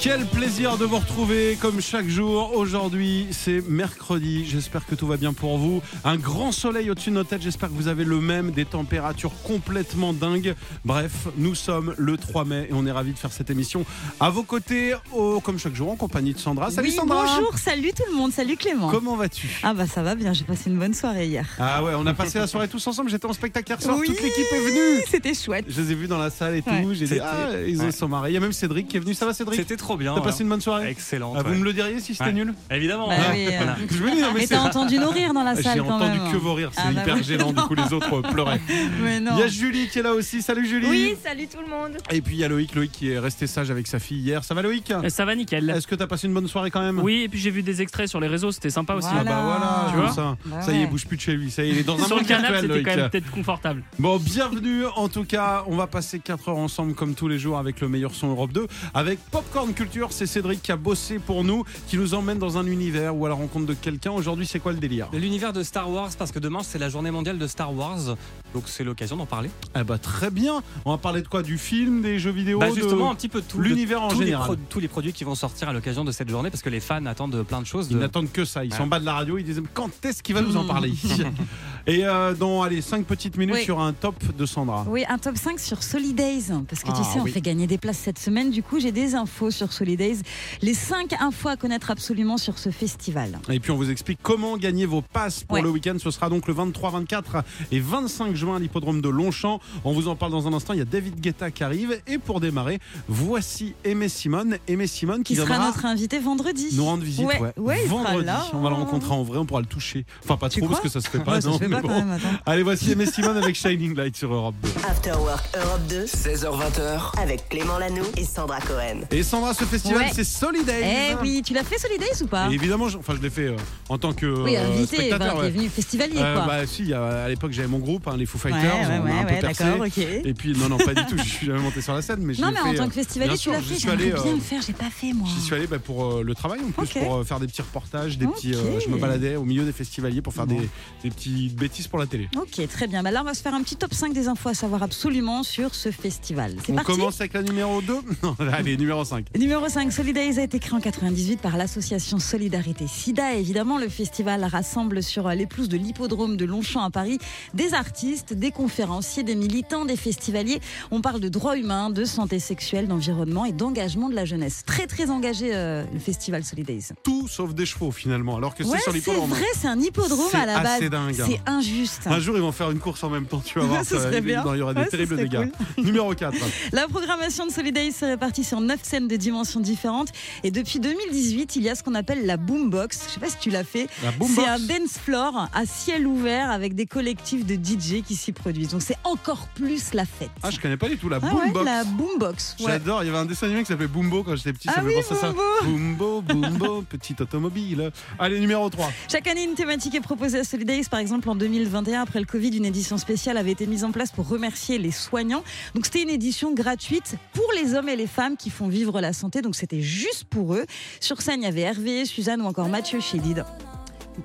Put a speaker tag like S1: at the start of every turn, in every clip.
S1: Quel plaisir de vous retrouver comme chaque jour. Aujourd'hui, c'est mercredi. J'espère que tout va bien pour vous. Un grand soleil au-dessus de nos têtes. J'espère que vous avez le même, des températures complètement dingues. Bref, nous sommes le 3 mai et on est ravis de faire cette émission à vos côtés, au- comme chaque jour, en compagnie de Sandra. Salut
S2: oui,
S1: Sandra
S2: bonjour, salut tout le monde, salut Clément.
S1: Comment vas-tu
S2: ah bah ça va bien, j'ai passé une bonne soirée hier.
S1: Ah ouais, on a passé la soirée tous ensemble. J'étais en spectacle hier soir.
S2: Oui.
S1: Toute l'équipe est venue.
S2: C'était chouette.
S1: Je les ai vus dans la salle et tout.
S2: Ouais.
S1: J'ai dit,
S3: C'était-
S1: ah, ils se
S3: ouais.
S1: sont mariés. Il y a même Cédric qui est venu. Ça va, Cédric
S3: C'était trop bien.
S1: T'as
S3: voilà.
S1: passé une bonne soirée
S3: Excellente.
S1: Ah, Vous
S3: ouais.
S1: me le diriez si c'était
S3: Ouais.
S1: nul
S3: Évidemment.
S2: Bah
S3: ouais.
S2: oui, euh.
S3: Voilà.
S1: Hein Je me dis, non, mais
S2: Mais
S1: c'est-
S2: t'as entendu nous rire dans la salle
S1: J'ai
S2: quand
S1: entendu
S2: même.
S1: que vos rires, c'est
S2: Ah bah
S1: hyper
S2: oui.
S1: gênant. Du coup, les autres euh, pleuraient.
S2: Mais non.
S1: Il y a Julie qui est là aussi. Salut Julie.
S4: Oui, salut tout le monde.
S1: Et puis il y a Loïc, Loïc qui est resté sage avec sa fille hier. Ça va Loïc
S5: Euh, Ça va nickel.
S1: Est-ce que t'as passé une bonne soirée quand même
S5: Oui, et puis j'ai vu des extraits sur les réseaux, c'était sympa aussi.
S1: Ah bah voilà,
S5: Tu
S1: comme
S5: vois
S1: ça,
S2: Bah
S1: ça y est,
S2: ouais.
S1: bouge plus de chez lui. Ça y est, il est dans un
S5: Sur
S1: monde
S5: le canapé,
S1: virtuel,
S5: c'était
S1: Loïc.
S5: quand même peut-être confortable.
S1: Bon, bienvenue. En tout cas, on va passer 4 heures ensemble comme tous les jours avec le meilleur son Europe 2. Avec Popcorn Culture, c'est Cédric qui a bossé pour nous, qui nous emmène dans un univers ou à la rencontre de quelqu'un. Aujourd'hui, c'est quoi le délire
S3: L'univers de Star Wars, parce que demain c'est la journée mondiale de Star Wars, donc c'est l'occasion d'en parler.
S1: Ah bah très bien. On va parler de quoi Du film, des jeux vidéo,
S3: Bah
S1: de-
S3: justement, un petit peu de tout.
S1: l'univers en
S3: de tous, les
S1: général.
S3: pro- tous les produits qui vont sortir à l'occasion de cette journée, parce que les fans attendent plein de choses.
S1: Ils
S3: de-
S1: n'attendent que ça. Ils sont
S3: Ouais.
S1: en bas de la radio. Ils disent quand est-ce qu'il va nous en parler Et euh, dans allez 5 petites minutes,
S2: Oui.
S1: il y aura un top de Sandra.
S2: Oui, un top 5 sur Solidays. Parce que
S1: Ah,
S2: tu sais, on
S1: oui.
S2: fait gagner des places cette semaine. Du coup, j'ai des infos sur Solidays. Les 5 infos à connaître absolument sur ce festival.
S1: Et puis on vous explique comment gagner vos passes pour
S2: Ouais.
S1: le week-end. Ce sera donc le 23, 24 et 25 juin à l'hippodrome de Longchamp. On vous en parle dans un instant. Il y a David Guetta qui arrive. Et pour démarrer, voici Aimé Simone. Aimé Simone qui,
S2: Qui sera
S1: viendra
S2: notre invité vendredi.
S1: nous rendre visite.
S2: Ouais,
S1: ouais.
S2: ouais, il sera
S1: Vendredi,
S2: là.
S1: on va le rencontrer en vrai. On pourra le toucher. Enfin pas
S2: Tu
S1: trop parce
S2: crois
S1: que ça se fait pas.
S2: Ouais, ça
S1: non,
S2: se fait
S1: mais
S2: pas
S1: bon.
S2: quand même, attends.
S1: Allez, voici Aimé Simone avec Shining Light sur Europe 2.
S6: After Work Europe 2
S7: 16h20h,
S6: avec Clément Lano et Sandra Cohen.
S1: Et Sandra, ce festival,
S2: Ouais.
S1: c'est Solidays.
S2: Eh oui, tu l'as fait Solidays ou pas
S1: Et évidemment, je- enfin, je l'ai fait euh, en tant que euh,
S2: Oui, invité,
S1: spectateur.
S2: enfin,
S1: ouais.
S2: t'es venu festivalier
S1: Euh,
S2: quoi.
S1: bah si, il y a- à l'époque j'avais mon groupe, hein, les Foo
S2: ouais,
S1: Fighters,
S2: ouais,
S1: on a un
S2: ouais,
S1: peu
S2: ouais,
S1: percé.
S2: d'accord, ok.
S1: Et puis non, non, pas du tout. Je suis jamais monté sur la scène, mais je
S2: Non,
S1: l'ai
S2: mais
S1: fait,
S2: en tant
S1: euh,
S2: que festivalier,
S1: bien
S2: tu
S1: sûr,
S2: l'as
S1: j'y
S2: fait.
S1: suis allé,
S2: J'aimerais bien
S1: euh,
S2: le faire, j'ai pas fait moi.
S1: J'y suis allé bah, pour euh, le travail en plus,
S2: Ok.
S1: pour euh, faire des petits reportages, des
S2: Ok.
S1: petits. euh, je me baladais au milieu des festivaliers pour faire des, des petites bêtises pour la télé.
S2: Ok, très bien. Bah là, on va se faire un petit top 5 des infos à savoir absolument sur ce festival. C'est
S1: On
S2: parti
S1: commence avec la numéro 2 Non, allez, numéro 5.
S2: Numéro 5, Solidays a été créé en 98 par l'association Solidarité SIDA. Évidemment, le festival rassemble sur euh, les pelouses de l'hippodrome de Longchamp à Paris des artistes, des conférenciers, des militants, des festivaliers. On parle de droits humains, de santé sexuelle, d'environnement et d'engagement de la jeunesse. Très, très engagé, euh, le festival Solidays.
S1: Tout sauf des chevaux finalement, alors que
S2: Ouais,
S1: c'est sur
S2: c'est
S1: l'hippodrome. hein.
S2: vrai, c'est un hippodrome
S1: C'est
S2: à la base.
S1: assez dingue, hein.
S2: C'est injuste.
S1: Un jour, ils vont faire une course en même temps, tu vas voir.
S2: Ce
S1: ça va-
S2: serait bien.
S1: Il y aura des
S2: Ouais, ce
S1: terribles
S2: serait
S1: dégâts. Numéro 4.
S2: La programmation de Solidays se répartit sur neuf scènes de dimensions différentes. Et depuis 2018, il y a ce qu'on appelle la boombox. Je sais pas si tu l'as fait.
S1: La
S2: C'est
S1: boombox.
S2: un dance floor à ciel ouvert avec des collectifs de DJ qui s'y produisent. Donc c'est encore plus la fête.
S1: Ah, je connais pas du tout la
S2: Ah ouais,
S1: boombox.
S2: la boombox. ouais.
S1: J'adore, il y avait un dessin animé qui s'appelait Boombo quand j'étais petit,
S2: Ah
S1: ça me
S2: oui,
S1: pensait à ça. Boombo, Boombo, petite automobile. Allez, numéro 3.
S2: Chaque année, une thématique est proposée à Solidays. Par exemple, en 2021, après le Covid, une édition spéciale avait été mise en place pour remercier les soignants. Donc, c'était une édition gratuite pour les hommes et les femmes qui font vivre la santé. Donc, c'était juste pour eux. Sur scène, il y avait Hervé, Suzanne ou encore Mathieu Chédid.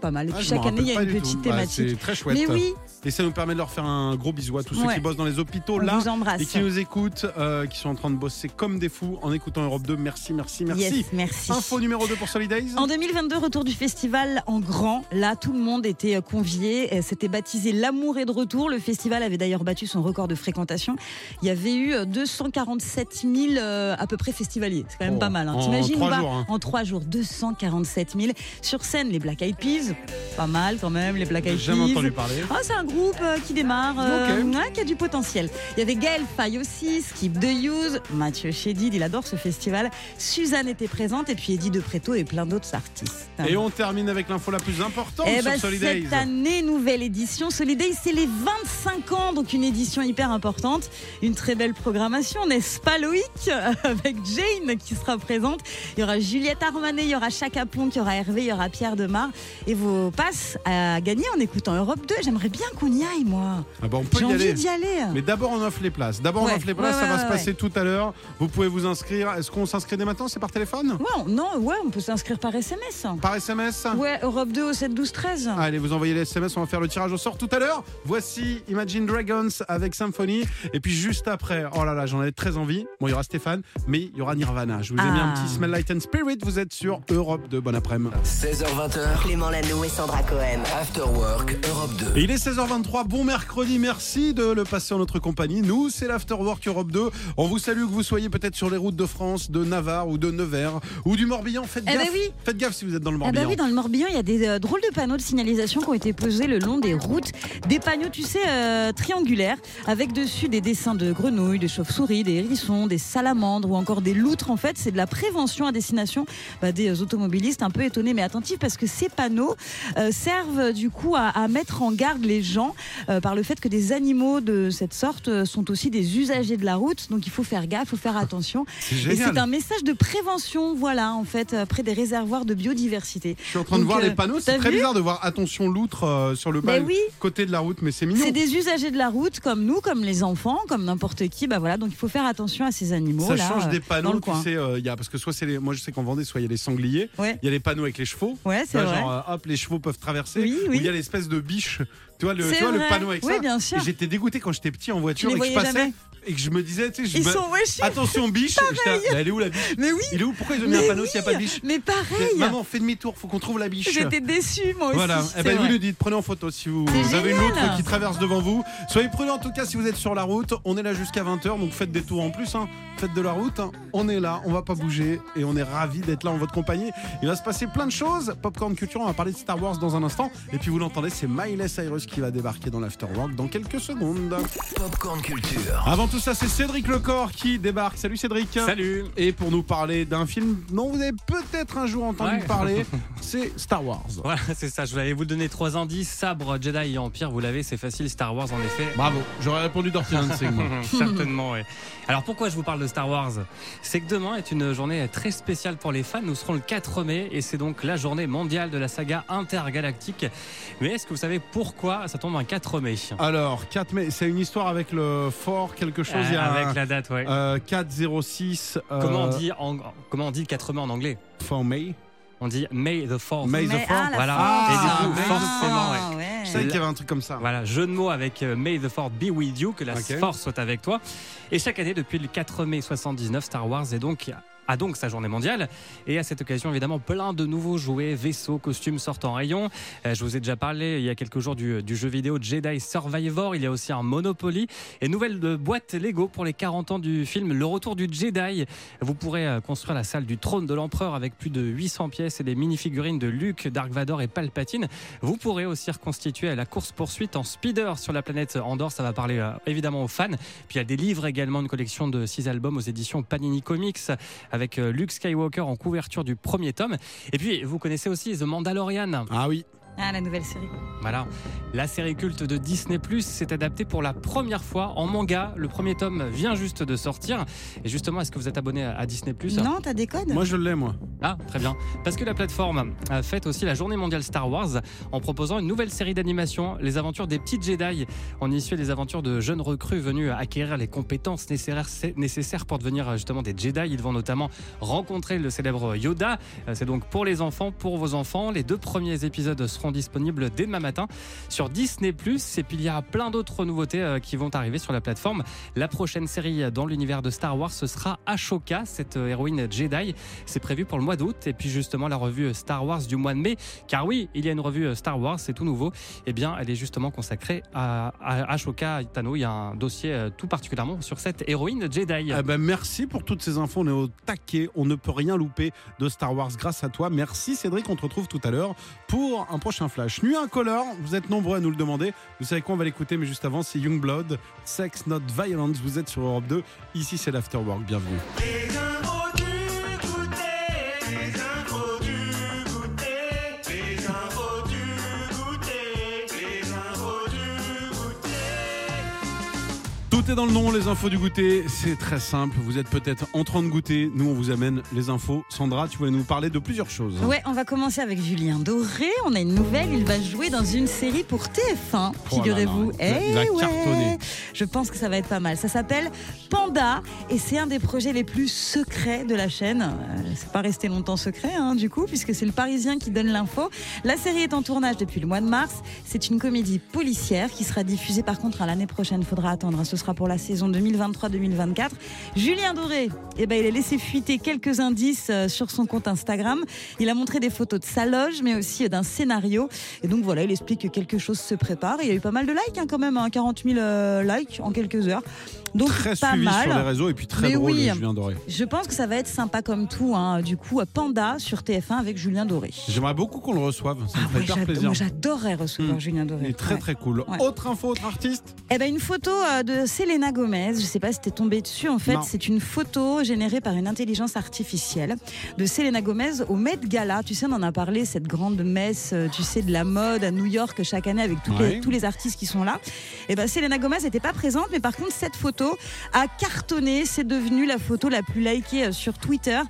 S2: Pas mal. Et
S1: Ah,
S2: puis, chaque année, il y a une petite thématique.
S1: Bah, c'est très chouette.
S2: Mais oui,
S1: Et ça nous permet de leur faire un gros bisou à tous ceux
S2: Ouais.
S1: qui bossent dans les hôpitaux
S2: on
S1: là
S2: vous embrasse.
S1: et qui nous écoutent, euh, qui sont en train de bosser comme des fous en écoutant Europe 2. Merci, merci, merci.
S2: Yes, merci.
S1: Info numéro 2 pour Solidays.
S2: En 2022, retour du festival en grand. Là, tout le monde était convié. Euh, C'était baptisé L'amour est de retour. Le festival avait d'ailleurs battu son record de fréquentation. Il y avait eu euh, 247 000 euh, à peu près festivaliers. C'est quand même
S1: Oh,
S2: pas mal. hein.
S1: en
S2: T'imagines
S1: trois
S2: bah,
S1: jours, hein.
S2: En trois jours, 247 000. Sur scène, les Black Eyed Peas. Pas mal quand même, les Black
S1: J'ai
S2: Eyed Peas.
S1: jamais entendu parler.
S2: Ah, c'est un groupe euh, qui démarre, euh,
S1: Ok.
S2: ouais, qui a du potentiel. Il y avait Gaël Faye aussi, Skip De Hughes, Mathieu Chédid, il adore ce festival. Suzanne était présente et puis Eddie De Preto et plein d'autres artistes.
S1: Et on termine avec l'info la plus importante
S2: Eh
S1: sur
S2: ben,
S1: Solidays.
S2: cette année, nouvelle édition Solidays, c'est les 25 ans, donc une édition hyper importante. Une très belle programmation, n'est-ce pas Loïc Avec Jane qui sera présente. Il y aura Juliette Armanet, il y aura Chaka Plonk, il y aura Hervé, il y aura Pierre Demar. Et vos passes à gagner en écoutant Europe 2. J'aimerais bien qu'on y aille, moi.
S1: Ah bah, on peut y
S2: J'ai envie
S1: aller.
S2: d'y aller.
S1: Mais d'abord, on offre les places. D'abord,
S2: Ouais,
S1: on offre les places.
S2: ouais,
S1: ça va
S2: ouais,
S1: se
S2: ouais,
S1: passer tout à l'heure. Vous pouvez vous inscrire. Est-ce qu'on s'inscrit dès maintenant C'est par téléphone
S2: Ouais, on- non, ouais, on peut s'inscrire par SMS.
S1: Par SMS
S2: Ouais, Europe 2 au 7 12 13.
S1: Allez, vous envoyez les SMS, on va faire le tirage au sort tout à l'heure. Voici Imagine Dragons avec Symphony. Et puis juste après, oh là là, j'en avais très envie. Bon, il y aura Stéphane, mais il y aura Nirvana. Je vous ai mis un
S2: Ah.
S1: petit Smell Light and Spirit. Vous êtes sur Europe 2. Bon après-midi.
S7: 16h20h,
S6: Clément Lano et Sandra Cohen.
S7: After Work Europe 2.
S1: Et Il est 16h23, bon mercredi, merci de le passer en notre compagnie. Nous, c'est l'Afterwork Europe 2. On vous salue, que vous soyez peut-être sur les routes de France, de Navarre ou de Nevers ou du Morbihan. Faites
S2: Eh
S1: gaffe,
S2: ben oui.
S1: faites gaffe si vous êtes dans le
S2: Ah
S1: Morbihan.
S2: bah oui, dans le Morbihan, il y a des euh, drôles de panneaux de signalisation qui ont été posés le long des routes. Des panneaux, tu sais, euh, triangulaires, avec dessus des dessins de grenouilles, de chauves-souris, des hérissons, des salamandres ou encore des loutres. En fait, c'est de la prévention à destination bah, des euh, automobilistes un peu étonnés mais attentifs parce que ces panneaux euh, servent euh, du coup à, à mettre en garde les gens euh, par le fait que des animaux de cette sorte euh, sont aussi des usagers de la route. Donc il faut faire gaffe, il faut faire attention.
S1: C'est
S2: Et
S1: génial.
S2: c'est un message de prévention, voilà, en fait, euh, près des réservoirs de biodiversité.
S1: Je suis en train de
S2: Donc,
S1: voir
S2: euh,
S1: les panneaux, c'est
S2: t'as
S1: très
S2: vu
S1: bizarre de voir attention loutre euh, sur le
S2: Ben
S1: bas-
S2: oui.
S1: côté de la route, mais c'est mignon.
S2: C'est des usagers de la route, comme nous, comme les enfants, comme n'importe qui. Bah voilà, donc il faut faire attention à ces animaux.
S1: Ça
S2: là,
S1: change
S2: euh,
S1: des
S2: dans
S1: panneaux,
S2: le
S1: tu
S2: coin.
S1: sais, euh, il y a, parce que soit c'est les, moi je sais qu'en Vendée, soit il y a les sangliers,
S2: Ouais.
S1: il y a les panneaux avec les chevaux.
S2: Ouais,
S1: Tu
S2: c'est
S1: vois,
S2: vrai.
S1: genre, euh, hop, les chevaux peuvent traverser.
S2: Oui,
S1: Ou
S2: oui.
S1: il y a l'espèce de biche. Tu vois le,
S2: C'est
S1: tu vois, le
S2: vrai.
S1: panneau avec
S2: Oui,
S1: ça.
S2: bien sûr.
S1: Et j'étais dégoûté quand j'étais petit en voiture
S2: les
S1: et que je
S2: voyais
S1: passais
S2: jamais.
S1: et que je me disais, tu sais, je
S2: Ils
S1: me-
S2: sont wesh.
S1: attention biche. J'étais là, Elle est où la biche
S2: Mais oui,
S1: Il est où Pourquoi ils ont mis un
S2: Mais
S1: panneau s'il n'y a pas de
S2: oui.
S1: biche
S2: mais
S1: Je-
S2: pareil.
S1: Maman, fais demi-tour, faut qu'on trouve la biche.
S2: J'étais déçue moi aussi.
S1: Voilà,
S2: c'est
S1: eh ben, vous
S2: vrai.
S1: nous dites, prenez en photo si vous,
S2: C'est
S1: avez une
S2: génial.
S1: autre qui traverse devant vous. Soyez prudents en tout cas si vous êtes sur la route. On est là jusqu'à 20h, donc faites des tours en plus. hein. Faites de la route, hein. on est là, on va pas bouger et on est ravis d'être là en votre compagnie. Il va se passer plein de choses. Popcorn Culture, on va parler de Star Wars dans un instant. Et puis vous l'entendez, c'est Miley Cyrus qui va débarquer dans l'Afterwork dans quelques secondes.
S7: Popcorn Culture.
S1: Avant tout ça, c'est Cédric Lecor qui débarque. Salut Cédric.
S3: Salut
S1: Et pour nous parler d'un film dont vous avez peut-être un jour entendu
S3: Ouais.
S1: parler, c'est Star Wars.
S3: Voilà, c'est ça, je voulais vous donner trois indices. Sabre, Jedi et Empire, vous l'avez, c'est facile, Star Wars en effet.
S1: Bravo, j'aurais répondu Dirty Dancing. moi.
S3: Certainement, oui. Alors pourquoi je vous parle de Star Wars C'est que demain est une journée très spéciale pour les fans. Nous serons le 4 mai et c'est donc la journée mondiale de la saga intergalactique. Mais est-ce que vous savez pourquoi ça tombe un 4 mai
S1: Alors, 4 mai, c'est une histoire avec le fort quelque chose. il y
S3: Euh,
S1: a
S3: Avec
S1: un,
S3: la date, ouais.
S1: euh, 406. euh,
S3: Comment on dit en- comment on dit 4 mai en anglais
S1: 4 mai.
S3: On dit May the 4th.
S1: May the
S2: Mais, ah,
S1: Fourth.
S2: la
S3: Voilà.
S2: force.
S1: Et du coup,
S2: Ah,
S3: forcément,
S2: ah,
S1: Je
S2: ouais.
S1: savais qu'il y avait un truc comme ça.
S3: Voilà, jeu de mots avec euh, May the Force be with you, que la
S1: Ok.
S3: force soit avec toi. Et chaque année, depuis le 4 mai 79, Star Wars est donc a donc sa journée mondiale et à cette occasion évidemment plein de nouveaux jouets, vaisseaux, costumes sortent en rayon. Euh, je vous ai déjà parlé il y a quelques jours du, euh, du jeu vidéo Jedi Survivor, il y a aussi un Monopoly et nouvelle euh, boîte Lego pour les 40 ans du film Le Retour du Jedi. Vous pourrez euh, construire la salle du trône de l'empereur avec plus de 800 pièces et des mini-figurines de Luke, Dark Vador et Palpatine. Vous pourrez aussi reconstituer la course-poursuite en speeder sur la planète Andorre. Ça va parler euh, évidemment aux fans. Puis il y a des livres également, une collection de six albums aux éditions Panini Comics avec euh, Luke Skywalker en couverture du premier tome. Et puis vous connaissez aussi The Mandalorian.
S1: Ah oui.
S2: Ah, la nouvelle série.
S3: Voilà. La série culte de Disney Plus s'est adaptée pour la première fois en manga. Le premier tome vient juste de sortir. Et justement, est-ce que vous êtes abonné à à Disney Plus
S2: Non, t'as des codes
S1: Moi, je l'ai, moi.
S3: ah, très bien. Parce que la plateforme euh, fête aussi la journée mondiale Star Wars en proposant une nouvelle série d'animation, Les Aventures des Petites Jedi. On y suit les aventures de jeunes recrues venus acquérir les compétences nécessaires- nécessaires pour devenir euh, justement des Jedi. Ils vont notamment rencontrer le célèbre Yoda. Euh, C'est donc pour les enfants, pour vos enfants. Les deux premiers épisodes seront disponibles dès demain matin sur Disney+. Et puis il y a plein d'autres nouveautés euh, qui vont arriver sur la plateforme. La prochaine série dans l'univers de Star Wars, ce sera Ashoka, cette euh, héroïne Jedi. C'est prévu pour le mois d'août. Et puis justement, la revue Star Wars du mois de mai. Car oui, il y a une revue euh, Star Wars, c'est tout nouveau. Eh bien, elle est justement consacrée à, à Ashoka Tano. Il y a un dossier euh, tout particulièrement sur cette héroïne Jedi.
S1: Eh ben, merci pour toutes ces infos. On est au taquet. On ne peut rien louper de Star Wars grâce à toi. Merci, Cédric. On te retrouve tout à l'heure pour un prochain flash. Nuit incolore. Vous êtes nombreux à nous le demander. Vous savez quoi On va l'écouter, mais juste avant, c'est Youngblood, Sex Not Violence. Vous êtes sur Europe 2. Ici, c'est l'Afterwork. Bienvenue. Tout est dans le nom, les infos du goûter, c'est très simple. Vous êtes peut-être en train de goûter, nous on vous amène les infos. Sandra, tu voulais nous parler de plusieurs choses.
S2: Ouais, on va commencer avec Julien Doré. On a une nouvelle. Il va jouer dans une série pour TF1,
S1: Oh là là,
S2: figurez-vous.
S1: il a- il a
S2: Eh ouais.
S1: cartonné.
S2: Je pense que ça va être pas mal. Ça s'appelle Panda et c'est un des projets les plus secrets de la chaîne. Euh, c'est pas resté longtemps secret, hein, du coup, puisque c'est le Parisien qui donne l'info. La série est en tournage depuis le mois de mars. C'est une comédie policière qui sera diffusée par contre à l'année prochaine. Faudra attendre. hein. Ce sera pour la saison 2023-2024. Julien Doré, eh ben, il a laissé fuiter quelques indices euh, sur son compte Instagram. Il a montré des photos de sa loge, mais aussi d'un scénario. Et donc voilà, il explique que quelque chose se prépare. Il y a eu pas mal de likes hein, quand même, hein, 40 000 euh, likes en quelques heures. Donc
S1: Très
S2: pas
S1: suivi
S2: mal.
S1: sur les réseaux et puis très
S2: Mais
S1: drôle,
S2: oui.
S1: Julien Doré.
S2: Je pense que ça va être sympa comme tout. hein. Du coup, Panda sur TF1 avec Julien Doré.
S1: J'aimerais beaucoup qu'on le reçoive, ça me
S2: Ah
S1: ferait
S2: ouais,
S1: hyper
S2: j'ado-
S1: plaisir.
S2: moi, j'adorerais recevoir
S1: Mm.
S2: Julien Doré.
S1: Il est très
S2: Ouais.
S1: très cool.
S2: Ouais.
S1: Autre info, autre artiste
S2: Eh ben une photo euh, de Selena Gomez, je sais pas si t'es tombé dessus en fait,
S1: Non.
S2: c'est une photo générée par une intelligence artificielle de Selena Gomez au Met Gala. Tu sais, on en a parlé, cette grande messe, euh, tu sais, de la mode à New York chaque année avec toutes
S1: Ouais.
S2: les, tous les artistes qui sont là. Eh ben Selena Gomez n'était pas présente, mais par contre cette photo a cartonné, c'est devenu la photo la plus likée euh, sur Twitter.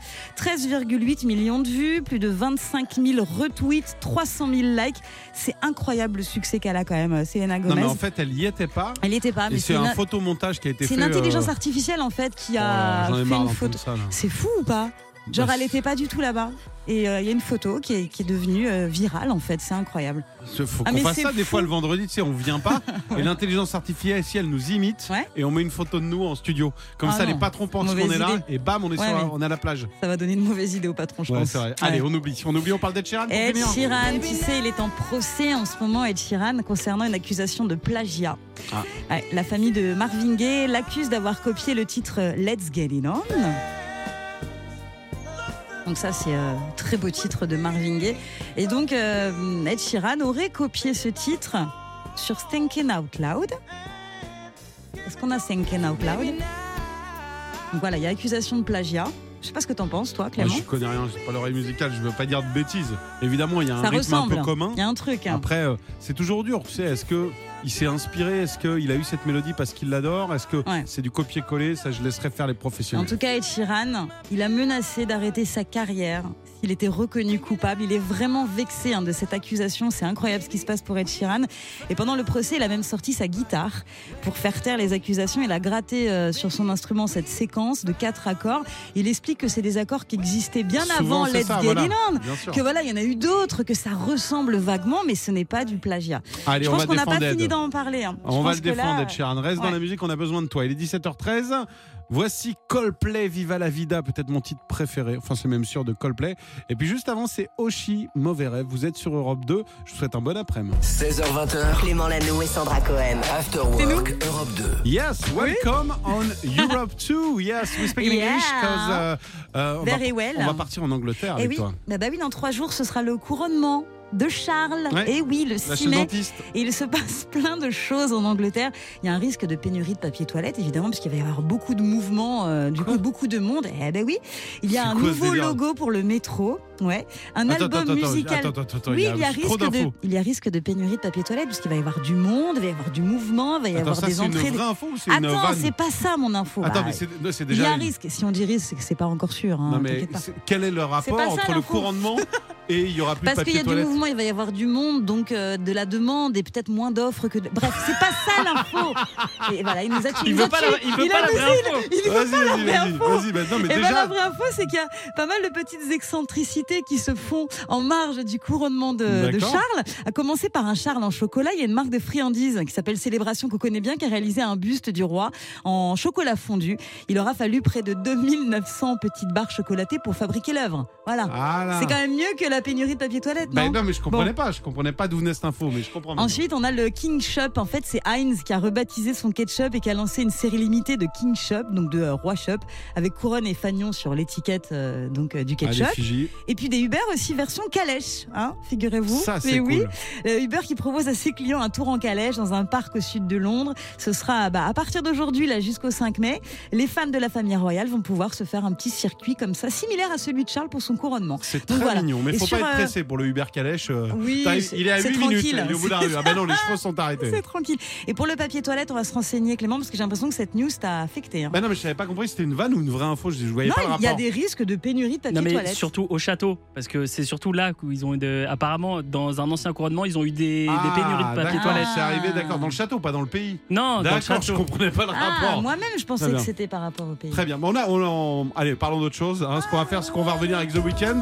S2: 13,8 millions de vues, plus de 25 000 retweets, 300 000 likes. C'est incroyable le succès qu'elle a quand même, euh, Selena
S1: Non
S2: Gomez.
S1: mais en fait, elle y était pas.
S2: Elle n'y était pas,
S1: Et
S2: mais
S1: c'est
S2: c'est
S1: un
S2: une,
S1: photomontage qui a été
S2: c'est
S1: fait.
S2: une intelligence
S1: euh,
S2: artificielle en fait qui
S1: oh là là,
S2: a
S1: J'en ai
S2: fait
S1: marre
S2: une
S1: d'entendre
S2: photo.
S1: ça, là.
S2: C'est fou ou pas Genre
S1: Bah,
S2: elle n'était pas du tout là-bas. Et euh, il y a une photo qui est, qui est devenue euh, virale en fait, c'est incroyable.
S1: Ce- Faut
S2: Ah,
S1: qu'on
S2: mais
S1: fasse
S2: c'est
S1: ça des
S2: fou.
S1: fois le vendredi, tu sais, on vient pas et l'intelligence artificielle si elle nous imite
S2: Ouais.
S1: et on met une photo de nous en studio. Comme
S2: Ah
S1: ça, les
S2: non.
S1: patrons pensent qu'on
S2: Mauvaise
S1: est là
S2: idée.
S1: et bam, on est
S2: Ouais,
S1: sur la-
S2: mais-
S1: on est à la plage.
S2: Ça va donner une mauvaise idée aux patrons, je
S1: Ouais,
S2: pense.
S1: c'est vrai.
S2: Ouais.
S1: Allez, on oublie. On oublie, on parle de Sheeran. Ah, pour
S2: Ed
S1: finir.
S2: Sheeran, tu sais, il est en procès en ce moment, Ed Sheeran, concernant une accusation de plagiat.
S1: Ah.
S2: Ouais, la famille de Marvin Gaye l'accuse d'avoir copié le titre euh, Let's Get It On. Donc ça, c'est euh, un très beau titre de Marvin Gaye. Et donc, euh, Ed Sheeran aurait copié ce titre sur Thinking Out Loud. Est-ce qu'on a Thinking Out Loud Donc voilà, il y a accusation de plagiat. Je sais pas ce que t'en penses, toi,
S1: Moi,
S2: Clément.
S1: je connais rien, j'ai pas l'oreille musicale, je veux pas dire de bêtises. Évidemment, il y a un
S2: ça
S1: rythme
S2: ressemble.
S1: un peu commun.
S2: Il y a un truc. hein.
S1: Après, euh, c'est toujours dur, tu sais. Est-ce que il s'est inspiré Est-ce qu'il a eu cette mélodie parce qu'il l'adore Est-ce que
S2: Ouais.
S1: c'est du copier-coller Ça, je laisserai faire les
S2: En
S1: professionnels.
S2: tout cas, Ed Sheeran, il a menacé d'arrêter sa carrière s'il était reconnu coupable. Il est vraiment vexé hein, de cette accusation. C'est incroyable ce qui se passe pour Ed Sheeran. Et pendant le procès, il a même sorti sa guitare pour faire taire les accusations. Il a gratté euh, sur son instrument cette séquence de quatre accords. Il explique que c'est des accords qui existaient bien
S1: Souvent,
S2: avant
S1: c'est
S2: Let's
S1: ça,
S2: Get
S1: voilà.
S2: It On.
S1: Bien sûr.
S2: Que voilà, il y en a eu d'autres, que ça ressemble vaguement, mais ce n'est pas du plagiat.
S1: Allez,
S2: Je
S1: on
S2: pense
S1: va
S2: qu'on n'a
S1: défendre
S2: pas fini
S1: Ed.
S2: d'en parler. hein. Je
S1: On va
S2: pense
S1: le
S2: que là,
S1: défendre, Ed Sheeran. Reste dans
S2: ouais.
S1: la musique, on a besoin de toi. Il est 17h13. Voici Coldplay, Viva la Vida, peut-être mon titre préféré. Enfin, c'est même sûr de Coldplay. Et puis juste avant, c'est Oshi, Mauvais Rêve. Vous êtes sur Europe 2. Je vous souhaite un bon après-midi.
S7: 16h20h,
S6: Clément Lano et Sandra Cohen.
S7: After Work Europe 2.
S1: Yes, welcome on Europe 2. Yes, we speak in
S2: Yeah.
S1: English 'cause, euh, euh, on, va,
S2: Very well.
S1: on va partir en Angleterre
S2: Eh
S1: avec
S2: oui,
S1: toi.
S2: bah, bah oui, dans trois jours, ce sera le couronnement de Charles.
S1: Ouais.
S2: Et oui, le
S1: La
S2: 6
S1: chez
S2: mai.
S1: dentiste.
S2: Et il se passe plein de choses en Angleterre. Il y a un risque de pénurie de papier toilette, évidemment, parce qu'il va y avoir beaucoup de mouvements, euh, du coup, beaucoup de monde. Eh ben oui, il y a
S1: C'est
S2: un
S1: quoi ce
S2: nouveau
S1: délire
S2: logo pour le métro. Ouais, un album musical.
S1: attends, attends, attends,
S2: oui, il y a
S1: trop
S2: risque de,
S1: d'infos.
S2: il y a risque de pénurie de papier toilette, parce qu'il va y avoir du monde, il va y avoir du mouvement, il va y
S1: Attends,
S2: avoir
S1: ça,
S2: des
S1: c'est une
S2: entrées. des-
S1: vraie info ou c'est une
S2: Attends,
S1: vanne
S2: c'est pas ça mon info.
S1: Attends,
S2: Bah,
S1: mais c'est non, c'est
S2: il y
S1: déjà
S2: a
S1: une-
S2: risque. Si on dit risque, c'est que c'est pas encore sûr. hein,
S1: Non mais
S2: t'inquiète pas.
S1: c'est- quel est le rapport
S2: pas ça,
S1: entre le
S2: l'info.
S1: couronnement et il y aura plus de
S2: Parce qu'il
S1: papier
S2: y a du
S1: toilette
S2: mouvement, il va y avoir du monde, donc euh, de la demande et peut-être moins d'offres que. de- Bref, c'est pas ça l'info. Et voilà, il nous a tué.
S5: Il
S2: nous a
S5: veut pas
S2: tué.
S5: la- il veut
S2: Il
S5: pas
S2: a
S5: la
S2: nous-
S5: vraie info.
S2: il-
S1: Vas-y, vas-y,
S2: vraie
S1: vas-y,
S2: info.
S1: vas-y, bah non mais
S2: Et ben, la
S1: déjà.
S2: vraie info, c'est qu'il y a pas mal de petites excentricités qui se font en marge du couronnement de, de
S1: D'accord.
S2: Charles. À commencer par un Charles en chocolat, il y a une marque de friandises qui s'appelle Célébration qu'on connaît bien, qui a réalisé un buste du roi en chocolat fondu. Il aura fallu près de 2900 petites barres chocolatées pour fabriquer l'œuvre. Voilà.
S1: Ah là.
S2: C'est quand même mieux que la pénurie de papier toilette,
S1: Bah
S5: Ben
S2: non
S1: non mais je comprenais pas, je comprenais pas d'où venait cette info, mais je comprends. maintenant.
S2: Ensuite, on a le King Shop. En fait, c'est Heinz qui a rebaptisé son ketchup et qui a lancé une série limitée de King Shop, donc de euh, Roi Shop, avec couronne et fanion sur l'étiquette euh, donc euh, du
S1: Ah, les
S2: ketchup.
S1: Fidji,
S2: et puis des Uber aussi version calèche, hein, figurez-vous.
S1: ça
S2: Mais
S1: c'est cool.
S2: oui, euh, Uber qui propose à ses clients un tour en calèche dans un parc au sud de Londres. Ce sera bah, à partir d'aujourd'hui, là jusqu'au 5 mai. Les fans de la famille royale vont pouvoir se faire un petit circuit comme ça, similaire à celui de Charles pour son couronnement.
S1: C'est très
S2: Donc voilà.
S1: mignon, mais
S2: Et
S1: faut faut
S2: sur,
S1: pas être
S2: euh,
S1: pressé pour le Uber Calèche. euh,
S2: Oui,
S1: t'arrives-
S2: c'est-
S1: il est à
S2: c'est
S1: 8 minutes, il
S2: tranquille.
S1: est au bout d'un rue. Ah ben non, les chevaux sont arrêtés.
S2: C'est tranquille. Et pour le papier toilette, on va se renseigner, Clément, parce que j'ai l'impression que cette news t'a affecté. hein.
S1: Bah non, mais je savais pas compris si c'était une vanne ou une vraie info. Je, je voyais pas le
S2: non,
S1: rapport.
S2: il y a des risques de pénurie de papier
S5: Non mais
S2: toilette.
S5: surtout au château, parce que c'est surtout là où ils ont eu de- apparemment dans un ancien couronnement ils ont eu des, des
S1: Ah,
S5: pénuries de papier
S1: d'accord,
S5: toilette.
S1: C'est arrivé, d'accord, dans le château, pas dans le pays.
S5: Non,
S2: Oh,
S5: dans le
S1: D'accord, je
S5: château.
S1: comprenais pas le
S2: Ah,
S1: rapport.
S2: moi-même, je
S1: Très
S2: pensais que
S1: bien.
S2: c'était par rapport au pays.
S1: Très bien. Bon, on a, on a- on- Allez, parlons d'autre chose. hein. Ce qu'on va faire, c'est qu'on va revenir avec The Weeknd.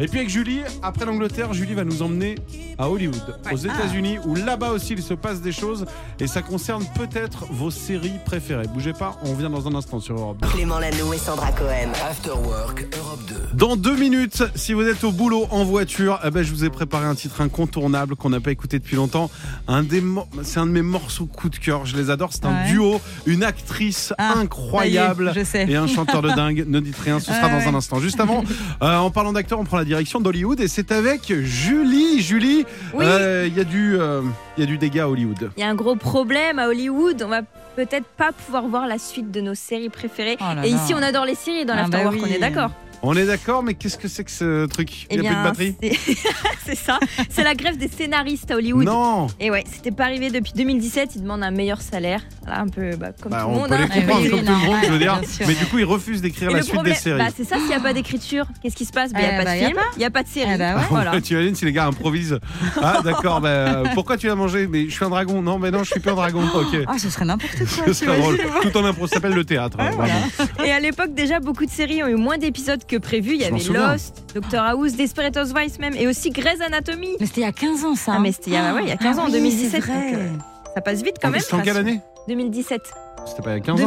S1: Et puis avec Julie, après l'Angleterre, Julie va nous emmener à Hollywood, aux États-Unis, où là-bas aussi il se passe des choses. Et ça concerne peut-être vos séries préférées. Bougez pas, on revient dans un instant sur Europe 2.
S6: Clément Lano et Sandra Cohen.
S7: After Work Europe 2.
S1: Dans deux minutes, si vous êtes au boulot en voiture, eh ben, je vous ai préparé un titre incontournable qu'on n'a pas écouté depuis longtemps. Un des mo- c'est un de mes morceaux coup de cœur, je les adore. C'est un
S2: Ouais.
S1: duo, une actrice
S2: Ah,
S1: incroyable
S2: ça y est, je sais.
S1: et un chanteur de dingue. Ne dites rien, ce sera
S2: Ouais,
S1: dans un
S2: ouais.
S1: instant. Juste avant, euh, en parlant d'acteur, on prend la direction d'Hollywood et c'est avec Julie. Julie,
S4: Oui.
S1: euh, il y a du, euh, il y a du dégât à Hollywood.
S4: Il y a un gros problème à Hollywood. On va peut-être pas pouvoir voir la suite de nos séries préférées.
S2: Oh là
S4: Et
S2: là.
S4: ici, on adore les séries dans
S2: Ah bah
S4: l'Afterwork,
S2: oui.
S4: on est d'accord.
S1: On est d'accord, mais qu'est-ce que c'est que ce truc
S4: Eh
S1: Il n'y a plus de
S4: bien,
S1: batterie
S4: c'est- C'est ça. C'est la grève des scénaristes à Hollywood.
S1: Non.
S4: Et ouais, c'était pas arrivé depuis 2017. Ils demandent un meilleur salaire. Voilà, un peu bah, comme
S1: Bah,
S4: tout le
S1: on
S4: monde.
S1: peut les
S4: hein.
S2: Ah oui,
S1: comprendre
S2: oui,
S1: comme tout
S2: non,
S1: le monde, je veux
S2: ouais,
S1: dire.
S2: bien sûr,
S1: Mais
S2: ouais.
S1: du coup, ils refusent d'écrire
S4: Et
S1: la
S4: le
S1: suite des
S4: problème,
S1: séries. ben,
S4: bah, c'est ça, s'il n'y a pas d'écriture, qu'est-ce qui se passe Bah, Il n'y
S2: Eh
S4: a pas
S2: bah,
S4: de
S2: y a
S4: film, il n'y a pas de série.
S2: Eh bah ouais.
S4: Voilà.
S1: tu imagines Ah, si les gars improvisent. Ah d'accord, bah, pourquoi tu l'as mangé Mais je suis un dragon. Non, mais non, je suis plus un dragon.
S4: Oh,
S1: Ok.
S2: Ah, ce serait n'importe quoi.
S1: Ce serait drôle.
S2: t'imagines
S1: Tout en impro, ça s'appelle le théâtre. hein,
S2: voilà.
S1: vraiment.
S4: Et à l'époque, déjà, beaucoup de séries ont eu moins d'épisodes que prévu. Il y
S1: Je m'en
S4: avait
S1: souviens.
S4: Lost, Doctor House, Desperate Housewives même, et aussi Grey's Anatomy.
S2: Mais c'était il y a 15 ans, ça.
S4: Ah,
S2: hein.
S4: mais c'était il y a, ouais, il y a 15 ans, en
S2: oui,
S4: 2017.
S2: c'est vrai.
S4: donc, euh, ça passe vite quand même.
S1: C'était Ah, en quelle année
S4: 2017.
S1: C'était pas il y a
S4: euh,
S1: 15 ans Euh,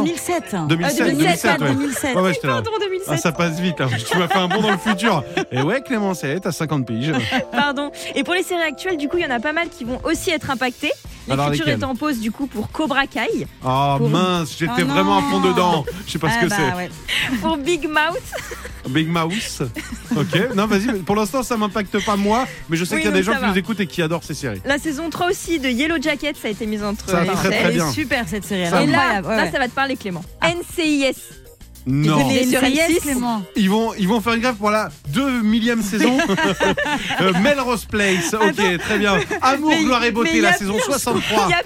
S1: 2007,
S2: 2007. Ah,
S4: 2007,
S1: 2007, ouais.
S2: 2007.
S1: Ouais, ouais, j'étais là.
S4: Pardon,
S1: Ah,
S4: 2007.
S1: ça passe vite, hein. tu m'as fait un bond dans le futur. Et ouais, Clément, ça y est, t'as 50 piges.
S4: Pardon. Et pour les séries actuelles, du coup, il y en a pas mal qui vont aussi être impactées.
S1: Alors,
S4: L'écriture
S1: lesquelles
S4: est en pause, du coup, pour Cobra Kai,
S1: Oh
S4: Pour-
S1: mince,
S4: Ah
S1: j'étais
S2: Oh, non.
S1: vraiment à fond dedans. Je sais pas ce
S4: Eh
S2: Ah,
S1: que
S2: bah,
S1: c'est.
S2: ouais.
S4: pour Big Mouth.
S1: Big Mouse. Ok, non, vas-y, mais pour l'instant, ça m'impacte pas moi, mais je sais
S4: Oui,
S1: qu'il y a des
S4: donc
S1: gens
S4: ça
S1: qui
S4: va.
S1: nous écoutent et qui adorent ces séries.
S4: La saison 3 aussi de Yellow Jacket, ça a été mise entre
S1: Ça,
S4: parenthèses.
S1: très, très
S2: Elle
S1: bien.
S2: est super cette série. Elle
S1: Ça,
S2: est
S4: Et là,
S2: incroyable. ouais,
S4: là,
S2: ouais.
S4: Ah,
S2: Ah.
S4: ça va te parler, Clément. NCIS.
S1: Non. Ah,
S4: connais-
S2: Mais
S4: sur
S2: NCIS,
S4: M6.
S2: Clément.
S1: Ils vont, ils vont faire une grève pour la deux millième saison. Euh, Melrose Place, ok, très bien. Amour,
S2: Mais-
S1: gloire et beauté,
S4: mais
S1: la
S4: y a
S1: saison
S4: Il
S1: 63.
S4: y a pire,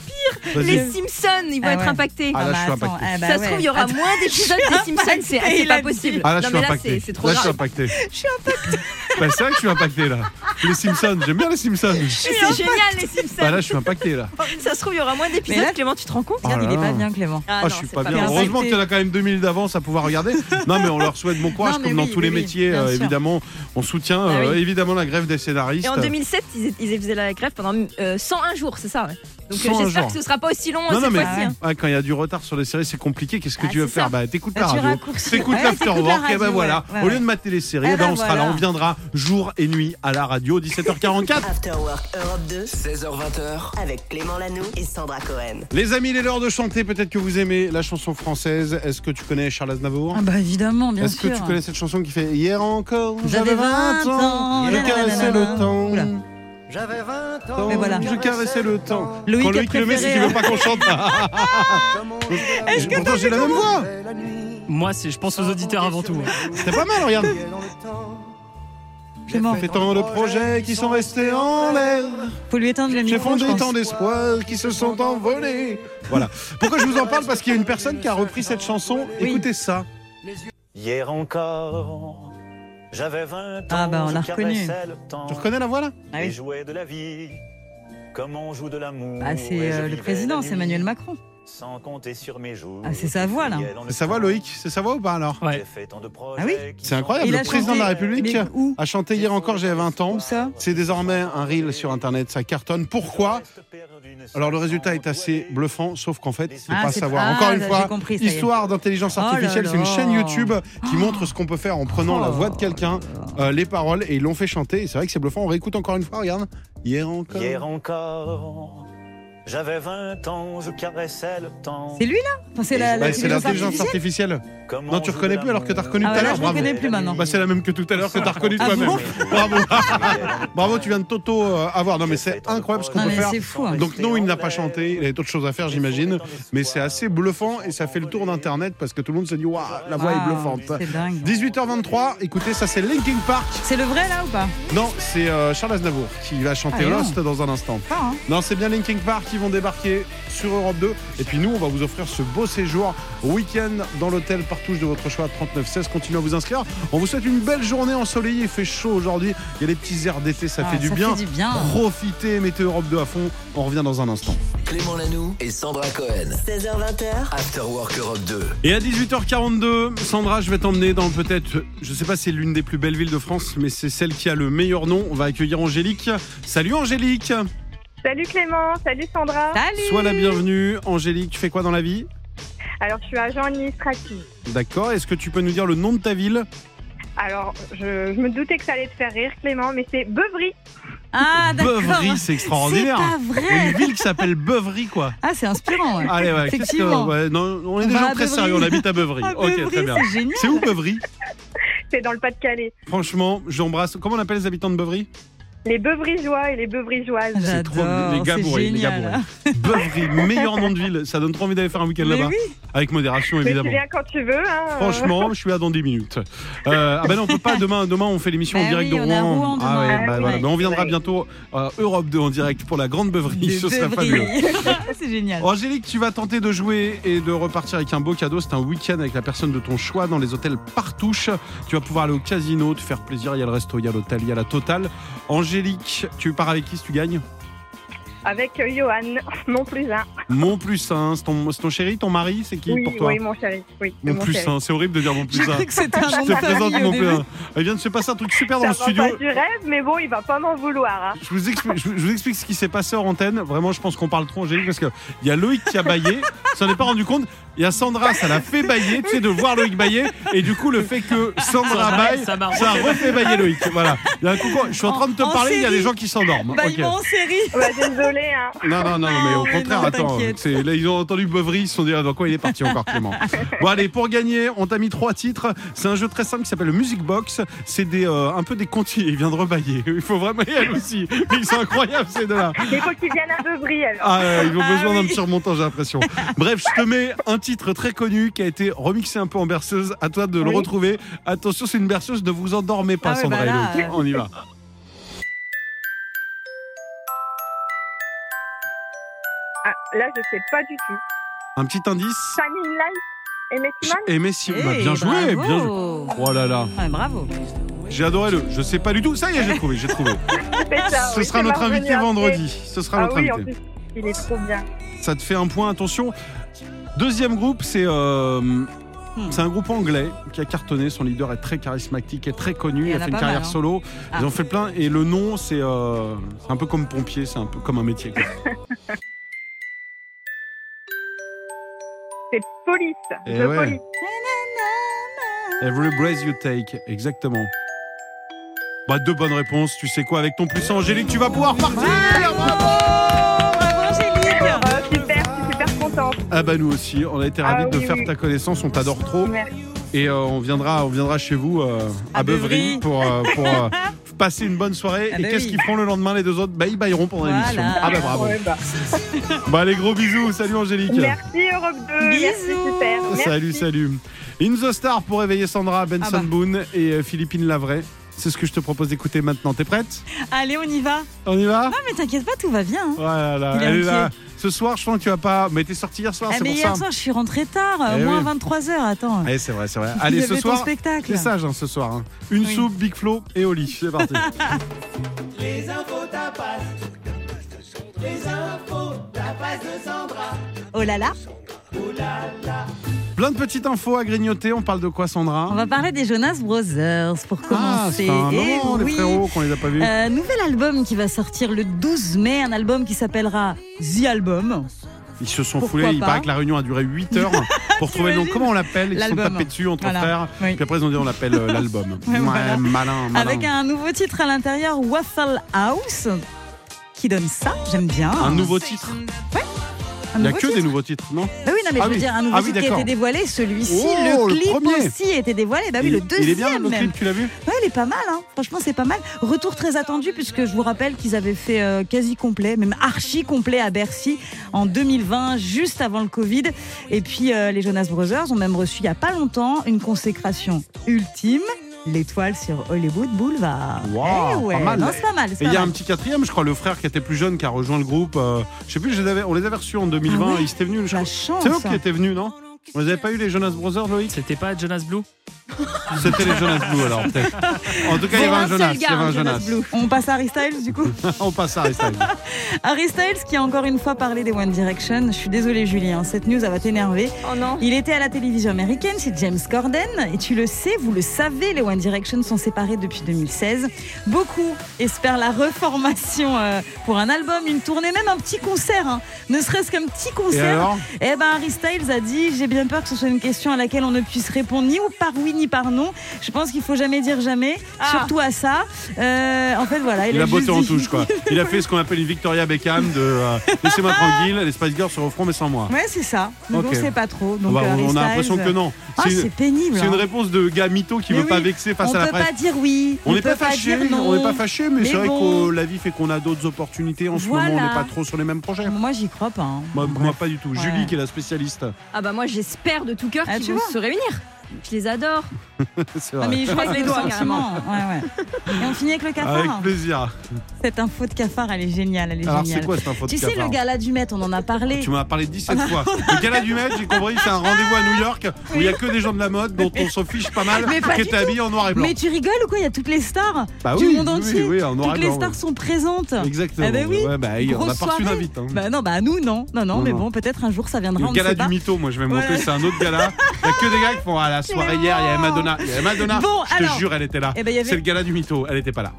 S1: Ah, Vas-y.
S4: les Simpsons, ils vont
S2: Ah
S4: être
S2: ouais.
S4: impactés.
S1: Ah là,
S2: bah,
S1: je suis
S2: attends,
S1: impacté.
S2: eh bah,
S4: ça se
S2: ouais.
S4: trouve, il y aura moins d'épisodes des Simpsons. C'est
S2: impactée,
S4: c'est
S2: il a
S4: pas
S2: dit.
S4: possible.
S1: Ah là, je
S4: non,
S1: suis
S4: mais là,
S1: impacté.
S4: c'est c'est trop
S1: là, je suis
S4: grave.
S1: impacté.
S2: Je suis impactée.
S1: Bah, c'est vrai que je suis impacté là. Les Simpsons, j'aime bien les Simpsons.
S4: C'est génial, les Simpsons.
S1: Bah, là, je Bah, suis impacté là.
S4: Ça se trouve, il y aura moins
S2: Mais
S4: d'épisodes.
S2: là-
S4: Clément, tu te rends compte
S2: Regarde, il est
S1: là
S2: pas
S1: là.
S2: bien, Clément.
S4: Ah
S1: Ah,
S4: non,
S1: je suis
S4: c'est
S1: pas bien.
S2: bien.
S1: Heureusement
S2: Impacté.
S1: qu'il y en a quand même 2000 d'avance à pouvoir regarder. Non, mais on leur souhaite bon courage,
S2: Non, mais
S1: comme dans
S2: oui,
S1: tous les
S2: oui, oui,
S1: métiers.
S2: bien
S1: euh,
S2: sûr.
S1: évidemment, on soutient
S4: Ah oui.
S1: euh, évidemment la grève des scénaristes.
S4: Et en 2007, ils, ils faisaient la grève pendant euh, 101 jours, c'est ça ouais. Donc euh,
S1: 101
S4: j'espère
S1: jours.
S4: que ce sera pas aussi long euh,
S1: Non, non,
S4: cette
S1: mais
S4: fois-ci. hein.
S1: ah, quand il y a du retard sur les séries, c'est compliqué. Qu'est-ce que
S4: Ah,
S1: tu veux
S4: c'est
S1: faire
S4: ça.
S1: Bah, t'écoutes
S2: Ah,
S1: la
S2: tu
S1: radio,
S2: raccourcis.
S1: t'écoutes
S2: Ouais,
S1: l'afterwork,
S2: t'écoutes la
S1: et ben
S2: radio,
S1: voilà.
S2: ouais, ouais,
S1: Au lieu
S2: ouais.
S1: de mater les séries,
S2: Eh
S1: eh ben,
S2: ben
S1: on sera là,
S2: voilà.
S1: on viendra jour et nuit à la radio, 17h44.
S6: After Work Europe 2
S7: 16h20h.
S6: avec Clément Lano et Sandra Cohen.
S1: Les amis, il est l'heure de chanter. Peut-être que vous aimez la chanson française. Est-ce que tu connais Charles Aznavour
S2: Ah bah évidemment, bien
S1: Est-ce que
S2: sûr.
S1: tu connais cette chanson qui fait Hier encore,
S2: J'avais
S1: j'avais 20 ans,
S2: ans,
S1: je
S2: nanana,
S1: caressais le
S2: nanana.
S1: temps.
S2: Oula.
S7: J'avais 20
S2: Mais voilà.
S1: Je caressais le temps.
S2: Loïc
S1: Quand
S2: a
S1: Loïc le met, c'est
S2: préféré,
S1: qu'il veut
S2: hein.
S1: pas qu'on chante. bah, Pourtant, j'ai la même voix.
S5: Moi c'est, je pense aux auditeurs avant tout. hein.
S1: C'était pas mal, regarde.
S2: Clément,
S1: Fait tant de projets qui sont restés en l'air.
S2: faut lui éteindre le
S1: J'ai
S2: micro,
S1: fondé
S2: je pense.
S1: tant d'espoirs qui se sont envolés. Voilà. Pourquoi je vous en parle Parce qu'il y a une personne qui a repris cette chanson. Écoutez ça.
S8: Hier encore, j'avais 20 ans.
S2: Ah bah, on l'a
S8: je
S2: reconnu.
S8: caressais le temps
S1: Tu reconnais la voix là
S2: Ah
S8: et
S2: oui.
S8: jouais de la vie, comme on joue de l'amour.
S2: Ah,
S8: et
S2: c'est
S8: je
S2: euh, le
S8: vivais
S2: président,
S8: la
S2: c'est
S8: nuit,
S2: Emmanuel Macron.
S8: Sans compter sur mes jours.
S2: Ah, c'est sa voix, là.
S8: Fouillais dans le
S1: C'est sa voix,
S8: temps,
S1: Loïc C'est sa voix ou pas alors
S5: Ouais.
S8: j'ai fait tant de projets
S2: Ah oui
S8: qui
S1: C'est incroyable.
S2: Il
S1: Le
S2: a
S1: président de la
S2: chanté,
S1: République Ah,
S2: mais où
S1: a chanté hier encore J'avais 20 ans.
S2: Où ça
S1: C'est désormais un reel sur internet. Ça cartonne. Pourquoi
S8: restent perdus, ne
S1: Alors le
S8: sont
S1: résultat est
S8: sans
S1: assez
S8: doigts.
S1: bluffant, sauf qu'en fait, c'est
S2: Ah,
S1: pas
S2: c'est-
S1: savoir.
S2: ah,
S1: Encore une
S2: j'ai
S1: fois,
S2: compris, ça y est.
S1: histoire d'intelligence
S2: Oh là
S1: artificielle, c'est une
S2: là. Oh.
S1: chaîne YouTube qui montre ce qu'on peut faire en prenant la voix de quelqu'un, euh, les paroles, et ils l'ont fait chanter. Et c'est vrai que c'est bluffant. On réécoute encore une fois, regarde. Hier encore.
S8: Hier encore, J'avais 20 ans, je caressais le temps.
S2: C'est lui là Enfin, C'est la-
S8: Bah,
S2: la-
S1: Bah, c'est l'intelligence artificielle.
S8: Comment
S1: Non, tu
S8: joue
S1: reconnais
S8: de
S1: plus alors que t'as
S8: l'amour.
S1: reconnu
S2: Ah
S1: tout à
S2: ouais, là,
S1: l'heure.
S2: je ne
S1: Bravo.
S2: reconnais plus maintenant.
S1: Bah, c'est la même que tout à l'heure que t'as reconnu
S2: Ah
S1: toi-même.
S2: bon
S1: Bravo. Bravo, tu viens de Toto euh, avoir. Non, mais c'est incroyable ce qu'on
S2: Non,
S1: peut
S2: mais
S1: faire.
S2: c'est fou, hein.
S1: Donc non, il n'a pas chanté, il avait d'autres choses à faire, j'imagine. Mais c'est assez bluffant et ça fait le tour d'Internet parce que tout le monde s'est dit, waouh, la voix est
S2: Waouh,
S1: bluffante.
S2: Ah, C'est dingue.
S1: 18h23, écoutez, ça c'est Linkin Park.
S2: C'est le vrai là ou pas
S1: Non, c'est euh, Charles Aznavour qui va chanter
S2: Ah, non.
S1: Lost dans un instant.
S2: Pas, hein.
S1: Non, c'est bien Linkin Park qui vont débarquer sur Europe 2. Et puis nous, on va vous offrir ce beau séjour week-end dans l'hôtel Partouche de votre choix 3916. Continuez à vous inscrire. On vous souhaite une belle journée ensoleillée. Il fait chaud aujourd'hui. Il y a des petits airs d'été, ça
S2: Ah,
S1: fait du bien.
S2: Ça fait du bien.
S1: Profitez, mettez Europe 2 à fond. On revient dans un instant.
S7: Clément Lanoux et Sandra Cohen.
S6: 16h20h,
S7: After Work Europe 2.
S1: Et à 18h42, Sandra, je vais t'emmener dans peut-être, je sais pas si c'est l'une des plus belles villes de France, mais c'est celle qui a le meilleur nom. On va accueillir Angélique. Salut Angélique
S9: Salut Clément, salut Sandra.
S2: Salut
S1: Sois la bienvenue. Angélique, tu fais quoi dans la vie
S9: Alors je suis agent administratif.
S1: D'accord. Est-ce que tu peux nous dire le nom de ta ville
S9: Alors je, je me doutais que ça allait te faire rire Clément, mais c'est Beuvry.
S2: Ah d'accord.
S1: Beuvry, c'est
S2: C'est
S1: extraordinaire.
S2: pas vrai.
S1: Une ville qui s'appelle Beuvry, quoi.
S2: Ah c'est inspirant. ouais.
S1: Allez, ouais, qu'est-ce que-
S2: Effectivement.
S1: ouais, non, on est
S2: On
S1: des
S2: va
S1: gens
S2: à
S1: très
S2: Beuvry.
S1: sérieux, on habite à Beuvry.
S2: Ah,
S1: ok,
S2: Beuvry,
S1: très bien.
S2: c'est génial.
S1: C'est où Beuvry
S9: C'est dans le Pas-de-Calais.
S1: Franchement, j'embrasse. Comment on appelle les habitants de Beuvry
S9: Les Beuvrigeois et les Beuvrigeoises.
S1: C'est trop
S2: J'adore,
S1: les gars
S2: c'est
S1: bourrés, les gars
S2: génial.
S1: bourrés. Beuvry, meilleur nom de ville. Ça donne trop envie d'aller faire un week-end
S2: Mais
S1: là-bas.
S2: oui.
S1: Avec modération,
S9: Mais tu
S1: évidemment.
S9: viens quand tu veux. Hein, euh.
S1: Franchement, je suis là dans 10 minutes. Euh, ah ben non, on peut pas demain. Demain, on fait l'émission en
S2: Bah
S1: direct
S2: oui,
S1: de
S2: on est à
S1: Rouen.
S2: Rouen
S1: Ah
S2: demain.
S1: ouais,
S9: Ah
S1: bah
S9: oui.
S1: voilà. Mais on viendra
S9: Oui.
S1: bientôt à Europe 2 en direct pour la grande beuverie. Ce serait
S2: Beuvry.
S1: fabuleux. Oh,
S2: c'est génial.
S1: Angélique, tu vas tenter de jouer et de repartir avec un beau cadeau. C'est un week-end avec la personne de ton choix dans les hôtels Partouche. Tu vas pouvoir aller au casino, te faire plaisir. Il y a le resto, il y a l'hôtel, il y a la totale. Angélique, tu pars avec qui si tu gagnes
S9: Avec euh, Johan, mon plus un.
S1: Mon plus un, c'est ton, c'est ton chéri, ton mari, c'est qui
S9: oui,
S1: pour toi
S9: oui, mon chéri. Oui, c'est
S1: Mon plus
S9: chéri.
S1: un, c'est horrible de dire mon
S2: J'ai
S1: plus un.
S2: cru que c'était un
S1: Je
S2: nom
S1: te
S2: de
S1: présente
S2: famille
S1: mon
S2: au
S1: plus
S2: début.
S1: un. Il vient de se passer un truc super dans
S9: Ça
S1: le
S9: va
S1: studio.
S9: pas du rêve, mais bon, il va pas m'en vouloir. hein.
S1: Je vous, explique, je vous- je vous explique ce qui s'est passé hors antenne. Vraiment, je pense qu'on parle trop, Angélique, parce qu'il y a Loïc qui a baillé. Ça n'est pas rendu compte. Il y a Sandra, ça l'a fait bailler, tu sais, de voir Loïc bailler. Et du coup, le fait que Sandra baille,
S5: ça marche.
S1: ça a refait bailler Loïc. Voilà. Il y a un concours. Je suis en train de te
S2: En- en
S1: parler, il y a
S2: série.
S1: des gens qui s'endorment.
S2: Bah,
S1: Ok.
S2: il en série.
S9: Bah, désolé. Hein.
S1: Non, non, non, mais au
S2: Non, mais
S1: contraire,
S2: non,
S1: attends.
S2: t'inquiète.
S1: c'est- Là, ils ont entendu Beuvry, ils se sont dit, ah, dans quoi il est parti encore, Clément Bon, allez, pour gagner, on t'a mis trois titres. C'est un jeu très simple qui s'appelle le Music Box. C'est des, euh, un peu des conti. Il vient de rebailler. Il faut vraiment y aller aussi. Mais ils sont incroyables, ces deux-là.
S9: Mais il faut qu'il vienne à Beuvry alors.
S1: Ah, euh, ils ont
S2: Ah
S1: besoin d'un
S2: oui.
S1: petit remontant, j'ai l'impression. Bref, je te mets un titre très connu qui a été remixé un peu en berceuse. À toi de le
S9: Oui.
S1: retrouver. Attention, c'est une berceuse. Ne vous endormez pas,
S2: Ah ouais,
S1: Sandra
S2: bah
S1: et
S2: là,
S1: Loïc.
S2: euh.
S1: On y va.
S9: Ah, là, je sais pas du tout.
S1: Un petit indice.
S9: Family Life et Messiman
S1: Et Messi,
S2: Eh,
S1: bah, bien joué, bien joué.
S2: bravo.
S1: Oh là là.
S2: Ouais, bravo.
S1: J'ai adoré le. Je sais pas du tout. Ça y est, j'ai trouvé, j'ai trouvé.
S9: C'est ça,
S1: Ah, Ce
S9: oui,
S1: sera
S9: c'est
S1: notre
S9: ma
S1: invité
S9: première
S1: vendredi.
S9: idée.
S1: Ce sera
S9: Ah
S1: notre
S9: oui, en
S1: invité.
S9: plus, il est trop bien.
S1: Ça te fait un point. Attention. Deuxième groupe, c'est euh, c'est un groupe anglais qui a cartonné. Son leader est très charismatique et très connu.
S2: Il y
S1: Il, a
S2: en a
S1: fait une
S2: pas
S1: carrière
S2: mal, hein.
S1: solo. Ils
S2: Ah.
S1: ont fait plein. Et le nom, c'est euh, c'est un peu comme pompier. C'est un peu comme un métier. quoi.
S9: C'est police.
S1: Eh
S9: The
S1: ouais.
S9: police.
S1: Every breath you take, exactement. Bah, deux bonnes réponses. Tu sais quoi Avec ton plus Angélique, tu vas pouvoir partir.
S2: Ah, Bravo, Angélique.
S9: Euh, super, je suis super contente.
S1: Ah bah nous aussi. On a été
S9: Ah
S1: ravis de
S9: oui,
S1: faire
S9: oui.
S1: ta connaissance. On t'adore trop.
S9: Merci.
S1: Et euh, on, viendra, on viendra chez vous euh, à,
S2: À
S1: Beuvry
S2: Beuvry.
S1: pour, euh, pour euh, passer une bonne soirée.
S2: Ah
S1: et
S2: bah
S1: qu'est-ce
S2: oui.
S1: qu'ils feront le lendemain, les deux autres Bah, ils bailleront pendant
S2: Voilà.
S1: l'émission. Ah bah bravo.
S9: Ouais, bah.
S1: Bah, les gros bisous. Salut Angélique.
S9: Merci Europe 2. Merci,
S2: Bisous.
S9: super. Merci.
S1: Salut, salut. In the Star pour réveiller Sandra, Benson
S2: Ah bah.
S1: Boone et euh, Philippine Lavray. C'est ce que je te propose d'écouter maintenant. T'es prête
S2: Allez, on y va.
S1: On y va
S2: Ah, mais t'inquiète pas, tout va bien. hein.
S1: Voilà, là,
S2: Il est
S1: elle est
S2: inquiet.
S1: là. Ce soir, je sens que tu vas pas. Mais t'es sorti hier soir,
S2: Ah,
S1: c'est
S2: mais
S1: pour
S2: hier
S1: ça.
S2: soir, je suis rentrée tard, euh,
S1: Eh
S2: moins
S1: oui. Eh
S2: 23h. Attends.
S1: Ouais, c'est vrai, c'est vrai.
S2: Il
S1: Allez,
S2: y
S1: ce
S2: avait
S1: soir,
S2: ton spectacle.
S1: C'est sage hein, ce soir. hein. Une
S2: Oui.
S1: soupe, Big Flo et Oli. C'est parti.
S2: Oh là là.
S1: Plein de petites infos à grignoter. On parle de quoi, Sandra
S2: On va parler des Jonas Brothers pour
S1: Ah,
S2: commencer.
S1: c'est un
S2: Eh
S1: an, les
S2: oui.
S1: frérots, qu'on les a pas vus.
S2: Euh, nouvel album qui va sortir le 12 mai, un album qui s'appellera The Album.
S1: Ils se sont
S2: pourquoi
S1: foulés. Il
S2: pas
S1: paraît que la réunion a duré 8 heures pour trouver le nom.
S2: T'imagines
S1: Comment on l'appelle Ils se sont
S2: L'album.
S1: tapés dessus entre
S2: Voilà.
S1: frères.
S2: Oui.
S1: Puis après, ils ont dit on l'appelle euh, l'album.
S2: Ouais, voilà.
S1: malin, malin.
S2: Avec un nouveau titre à l'intérieur, Waffle House, qui donne ça, j'aime bien.
S1: Un nouveau titre.
S2: Ouais, Un
S1: Il n'y a
S2: nouveau
S1: que
S2: titre
S1: des nouveaux titres, non
S2: Bah oui, non, mais
S1: Ah
S2: je veux
S1: oui.
S2: dire, un nouveau
S1: Ah oui,
S2: titre qui a
S1: d'accord.
S2: été dévoilé, celui-ci,
S1: Oh,
S2: le
S1: le
S2: clip
S1: premier.
S2: aussi a été dévoilé. Bah oui,
S1: il,
S2: le
S1: il est bien
S2: deuxième
S1: le
S2: même.
S1: clip, tu l'as vu
S2: Ouais, il est pas mal, hein. franchement, c'est pas mal. Retour très attendu, puisque je vous rappelle qu'ils avaient fait euh, quasi complet, même archi complet à Bercy en 2020, juste avant le Covid. Et puis, euh, les Jonas Brothers ont même reçu il n'y a pas longtemps une consécration ultime. L'étoile sur Hollywood Boulevard.
S1: Wow,
S2: Eh ouais,
S1: pas mal.
S2: non, c'est pas mal. c'est
S1: Et il
S2: pas
S1: y a
S2: mal.
S1: un petit quatrième, je crois, le frère qui était plus jeune, qui a rejoint le groupe. euh, je sais plus, je les avais- on les avait reçus en 2020,
S2: Ah ouais
S1: ils étaient venus. je crois.
S2: La chance. hein.
S1: C'est eux qui étaient venus, non Vous n'avez pas eu les Jonas Brothers, Loïc
S5: C'était pas Jonas Blue
S1: C'était les Jonas Blue, alors, peut-être. En tout cas, il y avait un Jonas. Il y
S4: hein,
S1: avait un Jonas.
S2: On passe à Harry Styles, du coup.
S1: On passe à Harry Styles.
S2: Harry Styles qui a encore une fois parlé des One Direction. Je suis désolée Julie, hein, cette news elle va t'énerver.
S4: Oh non.
S2: Il était à la télévision américaine chez James Corden et tu le sais, vous le savez, les One Direction sont séparés depuis 2016. Beaucoup espèrent la reformation euh, pour un album, une tournée, même un petit concert, hein. ne serait-ce qu'un petit
S1: Et
S2: concert.
S1: alors
S2: Eh ben Harry Styles a dit j'ai bien peur que ce soit une question à laquelle on ne puisse répondre ni ou par oui ni par non. Je pense qu'il faut jamais dire jamais,
S4: Ah.
S2: surtout à ça. Euh, en fait voilà, il,
S1: Il a
S2: juste
S1: botté en
S2: dit-
S1: touche, quoi. Il a fait ce qu'on appelle une Victoria Beckham de euh,
S2: Ah.
S1: Laissez-moi tranquille, les Spice Girls seront au front, mais sans moi.
S2: Ouais, c'est ça. Donc
S1: Ok.
S2: on sait pas trop. Donc,
S1: Bah, on-
S2: Harry
S1: on a l'impression
S2: Styles,
S1: que non.
S2: Ah,
S1: C'est
S2: c'est
S1: une,
S2: pénible.
S1: c'est une
S2: hein.
S1: réponse de gars mytho qui
S2: Mais
S1: veut pas
S2: oui.
S1: vexer face
S2: on
S1: à la
S2: peut
S1: presse.
S2: pas dire oui.
S1: On n'est
S2: peut
S1: pas fâché,
S2: dire non.
S1: on n'est pas fâché, mais,
S2: Mais
S1: c'est vrai
S2: bon.
S1: que la vie fait qu'on a d'autres opportunités. En ce
S2: Voilà.
S1: moment, on n'est pas trop sur les mêmes projets.
S2: Moi, j'y crois pas. hein.
S1: Moi, moi, pas du tout.
S2: Ouais.
S1: Julie, qui est la spécialiste.
S4: Ah bah moi j'espère de tout cœur
S2: Ah,
S4: qu'ils
S2: tu
S4: vont
S2: vois.
S4: se réunir. Je les adore.
S1: C'est
S2: Ah,
S1: vrai.
S2: mais je crois
S4: Croise
S2: que les
S4: les
S2: doigts,
S4: doigts,
S2: sentiments. Ouais, ouais. Et on finit avec le
S1: Avec
S2: cafard. hein.
S1: plaisir.
S2: Cette info de cafard, elle est géniale. Elle est
S1: Alors, c'est
S2: géniale.
S1: quoi cette info de
S2: tu sais,
S1: cafard Ah,
S2: le Ah. gala du maître, on en a parlé.
S1: Tu m'en as parlé 17 fois. Le gala du maître, j'ai compris,
S2: Ah.
S1: c'est un rendez-vous à New York où il n'y a que des gens de la mode dont on s'en fiche pas mal,
S2: Mais pas
S1: qui
S2: du
S1: étaient habillés en noir et blanc.
S2: Mais tu rigoles ou quoi Il y a toutes les stars
S1: Bah
S2: du
S1: oui,
S2: monde
S1: oui,
S2: entier.
S1: oui, en noir
S2: toutes
S1: et
S2: les
S1: blanc,
S2: stars
S1: oui.
S2: sont présentes.
S1: Exactement.
S2: Ah bah oui.
S1: Ouais, bah, hey, on n'a
S2: Grosse
S1: pas reçu
S2: soirée.
S1: d'invite. hein.
S2: Bah non, bah nous, non. Non, non,
S1: Non,
S2: mais
S1: non.
S2: bon, peut-être un jour ça viendra. on
S1: Le
S2: ne
S1: gala
S2: sait
S1: du
S2: pas.
S1: mytho, moi je vais
S2: Voilà.
S1: monter, c'est un autre gala. Il n'y a que des gars qui font ah, la soirée hier, il y avait Madonna. Il y avait Madonna.
S2: Bon,
S1: je te
S2: alors.
S1: jure, elle était là.
S2: Eh ben, il y avait-
S1: C'est le gala du mytho, elle n'était pas là.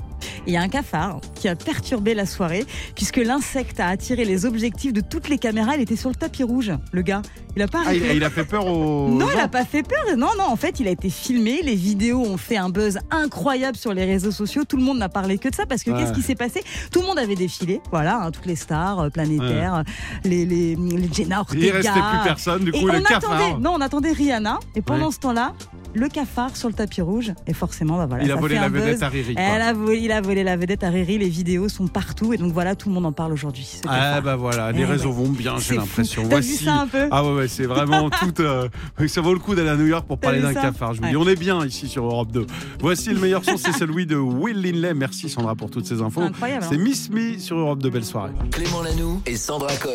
S2: Il y a un cafard qui a perturbé la soirée puisque l'insecte a attiré les objectifs de toutes les caméras. Il était sur le tapis rouge, le gars. Il a pas
S1: Ah, il, hein.
S2: arrêté.
S1: il a fait peur aux.
S2: Non, il
S1: gens.
S2: n'a pas fait peur. Non, non, en fait, il a été filmé. Les vidéos ont fait un buzz incroyable sur les réseaux sociaux. Tout le monde n'a parlé que de ça parce que
S1: Ouais.
S2: qu'est-ce qui s'est passé Tout le monde avait défilé. Voilà, hein, toutes les stars euh, planétaires, les, les, les Jenna
S1: Il
S2: Ortega.
S1: restait plus personne, du
S2: Et
S1: coup,
S2: on
S1: le
S2: attendait,
S1: cafard. hein.
S2: non, on attendait Rihanna. Et pendant
S1: Ouais.
S2: ce temps-là, le cafard sur le tapis rouge. Et forcément, bah voilà,
S1: Il a
S2: ça
S1: volé
S2: fait un
S1: la vedette
S2: buzz. Eh,
S1: à Riri. quoi.
S2: Elle a volé, il a volé la vedette à Riri, les vidéos sont partout et donc voilà, tout le monde en parle aujourd'hui. ce
S1: Ah
S2: cafard.
S1: bah voilà, les
S2: Eh
S1: réseaux
S2: ouais.
S1: vont bien,
S2: C'est
S1: j'ai
S2: fou.
S1: l'impression.
S2: T'as vu
S1: Voici.
S2: ça un peu
S1: Ah ouais, ouais, c'est vraiment tout. euh, ça vaut le coup d'aller à New York pour
S2: T'as
S1: parler d'un
S2: vu ça
S1: cafard. Je vous
S2: Ouais.
S1: dis, on est bien ici sur Europe 2. Voici le meilleur son, c'est celui de Will Linley. Merci Sandra pour toutes ces infos.
S2: Incroyable, hein.
S1: C'est Miss Me sur Europe 2. Belle soirée.
S7: Clément Lanoux et Sandra Cohen.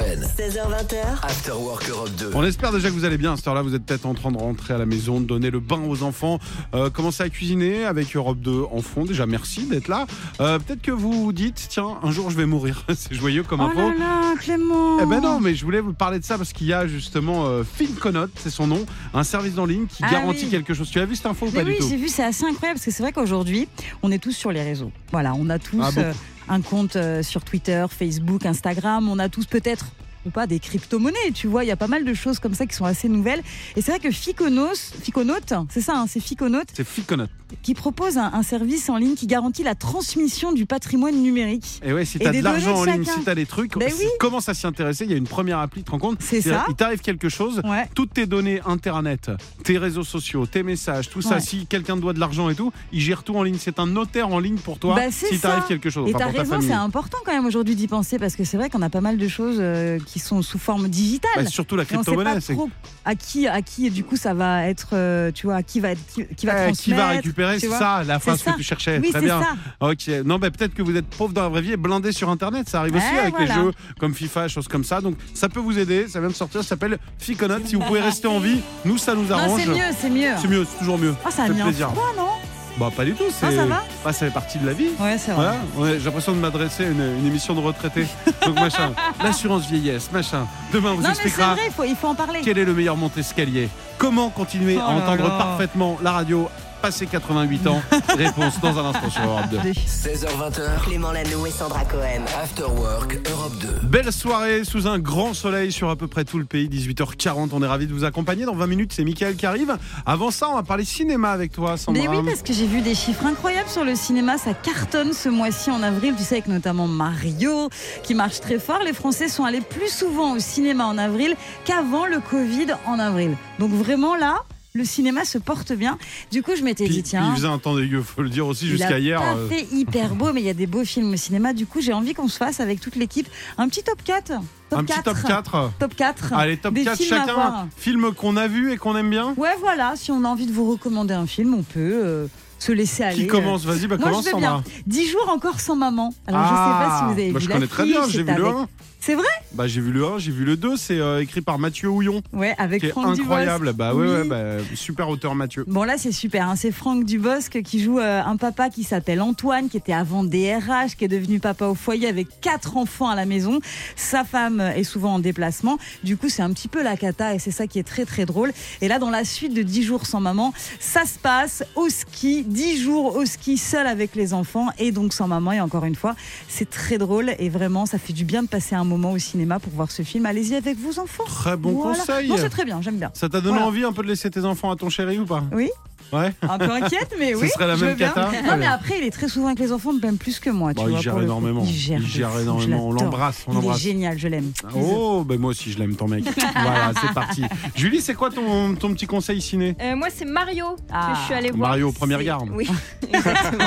S6: 16h20h,
S7: After Work Europe 2.
S1: On espère déjà que vous allez bien à cette heure-là. Vous êtes peut-être en train de rentrer à la maison, de donner le bain aux enfants, euh, commencer à cuisiner avec Europe 2 en fond. Déjà, merci d'être là. Euh, peut-être que vous vous dites, tiens, un jour je vais mourir. c'est joyeux comme
S2: Oh
S1: info.
S2: là là, Clément
S1: Eh ben non, mais je voulais vous parler de ça parce qu'il y a justement euh, Finconote, c'est son nom, un service en ligne qui
S2: Ah
S1: garantit
S2: oui.
S1: quelque chose. Tu as vu cette info ou
S2: Mais
S1: pas
S2: oui,
S1: du tout
S2: j'ai vu, c'est assez incroyable parce que c'est vrai qu'aujourd'hui, on est tous sur les réseaux. Voilà, on a tous
S1: Ah, beaucoup.
S2: euh, un compte euh, sur Twitter, Facebook, Instagram, on a tous peut-être ou pas des crypto-monnaies, tu vois, il y a pas mal de choses comme ça qui sont assez nouvelles. Et c'est vrai que Ficonos, Ficonote, c'est ça, hein, c'est Ficonote,
S1: C'est Finconote.
S2: qui propose un, un service en ligne qui garantit la transmission du patrimoine numérique.
S1: Et Eh ouais, si
S2: Et
S1: t'as
S2: des
S1: de l'argent en
S2: données de
S1: ligne,
S2: chacun.
S1: si t'as des trucs,
S2: Ben
S1: si-
S2: oui.
S1: commence à s'y intéresser. Il y a une première appli, tu te rends compte
S2: C'est
S1: C'est-à-dire,
S2: ça.
S1: Il t'arrive quelque chose,
S2: Ouais.
S1: toutes tes données internet, tes réseaux sociaux, tes messages, tout ça.
S2: Ouais.
S1: Si quelqu'un te doit de l'argent et tout, il gère tout en ligne. C'est un notaire en ligne pour toi.
S2: Bah, c'est
S1: si
S2: ça.
S1: t'arrive quelque chose,
S2: Et
S1: enfin
S2: t'as
S1: pour ta
S2: raison,
S1: famille.
S2: c'est important quand même aujourd'hui d'y penser parce que c'est vrai qu'on a pas mal de choses euh, qui sont sous forme digitale.
S1: Bah, surtout la
S2: Et on sait
S1: crypto-monnaie.
S2: pas
S1: c'est-
S2: trop à qui, à qui, et du coup, ça va être, euh, tu vois, à qui va, être- qui, qui va
S1: Eh, qui va
S2: transmettre,
S1: récupérer
S2: tu vois.
S1: ça, la
S2: C'est
S1: phrase
S2: ça.
S1: que tu cherchais
S2: Oui,
S1: Très
S2: c'est
S1: bien.
S2: ça.
S1: Ok, non, mais peut-être que vous êtes pauvre dans la vraie vie et blindé sur Internet. Ça arrive aussi
S2: Ouais,
S1: avec les
S2: Eh, voilà.
S1: jeux comme FIFA, choses comme ça. Donc ça peut vous aider. Ça vient de sortir, ça s'appelle Ficonote. Si vous pouvez rester en vie, nous, ça nous
S2: Non,
S1: arrange.
S2: c'est mieux, c'est mieux.
S1: C'est mieux, c'est toujours mieux.
S2: Ah, ça a
S1: fait
S2: mis un
S1: plaisir.
S2: froid, non
S1: Bah, pas du tout. c'est-
S2: ça va
S1: bah, ça fait partie de la vie.
S2: Ouais, c'est vrai.
S1: Voilà, ouais, j'ai l'impression de m'adresser à une, une émission de retraités. Donc machin, l'assurance vieillesse, machin. Demain, on vous
S2: Non, mais c'est
S1: expliquera
S2: vrai, il faut, il faut en parler.
S1: quel est le meilleur monte-escalier Comment continuer
S2: Oh
S1: à
S2: là
S1: entendre
S2: là.
S1: parfaitement la radio passé 88 ans Réponse dans un instant sur Europe 2.
S7: 16h20h,
S6: Clément Lano et Sandra Cohen.
S7: After Work Europe 2.
S1: Belle soirée sous un grand soleil sur à peu près tout le pays, 18h40. On est ravis de vous accompagner. Dans 20 minutes, c'est Mickaël qui arrive. Avant ça, on va parler cinéma avec toi, Sandra.
S2: Mais oui, parce que j'ai vu des chiffres incroyables sur le cinéma. Ça cartonne ce mois-ci en avril, tu sais, avec notamment Mario qui marche très fort. Les Français sont allés plus souvent au cinéma en avril qu'avant le Covid en avril. Donc vraiment là, le cinéma se porte bien. Du coup, je m'étais
S1: Puis,
S2: dit, tiens.
S1: Il faisait un temps de il faut le dire aussi,
S2: Il a
S1: jusqu'à hier.
S2: pas
S1: euh,
S2: fait hyper beau, mais il y a des beaux films au cinéma. Du coup, j'ai envie qu'on se fasse avec toute l'équipe un petit top 4. Top
S1: un
S2: 4.
S1: petit top 4.
S2: Top 4.
S1: Allez, top
S2: Des
S1: 4
S2: films à
S1: chacun.
S2: voir.
S1: Film qu'on a vu et qu'on aime bien.
S2: Ouais, voilà, si on a envie de vous recommander un film, on peut euh, se laisser aller.
S1: Qui commence Vas-y, bah,
S2: euh, Moi,
S1: commence,
S2: je vais
S1: Sandra.
S2: bien. 10 jours encore sans maman. Alors, je sais pas si vous avez
S1: Ah, bah,
S2: vu
S1: je connais très bien,
S2: l'affiche,
S1: j'ai
S2: c'est
S1: vu le
S2: avec-
S1: 1.
S2: C'est vrai
S1: Bah, j'ai vu le 1, j'ai vu le 2, c'est euh, écrit par Mathieu Houillon,
S2: Ouais, avec
S1: qui est
S2: Franck Dubosc.
S1: incroyable. Bah ouais, ouais,
S2: Oui.
S1: bah, super auteur Mathieu.
S2: Bon là c'est super, hein. c'est Franck Dubosc qui joue euh, un papa qui s'appelle Antoine, qui était avant DRH, qui est devenu papa au foyer avec quatre enfants à la maison. Sa femme est souvent en déplacement, du coup c'est un petit peu la cata et c'est ça qui est très très drôle. Et là dans la suite de 10 jours sans maman, ça se passe au ski, 10 jours au ski seul avec les enfants et donc sans maman et encore une fois c'est très drôle et vraiment ça fait du bien de passer un moment au cinéma pour voir ce film. Allez-y avec vos enfants.
S1: Très bon
S2: Voilà.
S1: conseil.
S2: Non c'est très bien, j'aime bien.
S1: Ça t'a donné
S2: Voilà.
S1: envie un peu de laisser tes enfants à ton chéri ou pas
S2: Oui.
S1: Ouais.
S2: un peu inquiète, mais
S1: Ce
S2: oui.
S1: serait la
S2: je
S1: même
S2: veux bien.
S1: cata.
S2: Non, mais après, il est très souvent avec les enfants, même plus que moi. tu
S1: Bah,
S2: vois,
S1: il gère
S2: pour le coup.
S1: énormément.
S2: Il gère, de fou, je
S1: énormément. On
S2: l'adore.
S1: l'embrasse. On
S2: Il est
S1: l'embrasse.
S2: génial, je l'aime.
S1: Oh, ben moi aussi je l'aime ton mec. voilà, c'est parti. Julie, c'est quoi ton, ton petit conseil ciné
S4: Euh, moi, c'est Mario
S2: Ah.
S4: que je suis allée voir.
S1: Mario au premier
S4: C'est-
S1: regard.
S4: Oui, exactement.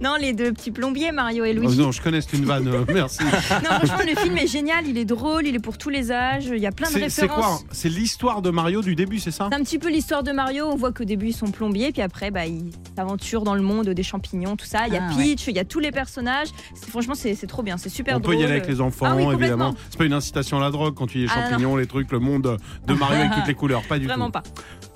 S4: non, les deux petits plombiers, Mario et
S1: Oh
S4: Luigi.
S1: Non, je connais, c'est une vanne. euh, merci.
S4: non, franchement, le film est génial, il est drôle, il est pour tous les âges, il y a plein de
S1: C'est- C'est quoi
S4: références.
S1: C'est l'histoire de Mario du début, c'est ça
S4: C'est un petit peu l'histoire de Mario. On voit qu'au début, ils sont plombiers, puis après, bah, ils s'aventurent dans le monde des champignons, tout ça. Il y a
S2: Ah, ouais.
S4: Peach, il y a tous les personnages. C'est- Franchement, c'est c'est trop bien, c'est super
S1: On
S4: drôle.
S1: peut y aller avec les enfants,
S4: Ah oui, complètement.
S1: évidemment. C'est pas une incitation à la drogue quand tu y es
S4: Ah, non.
S1: champignons, les trucs, le monde de Mario avec toutes les couleurs, pas du
S4: Vraiment
S1: tout.
S4: pas.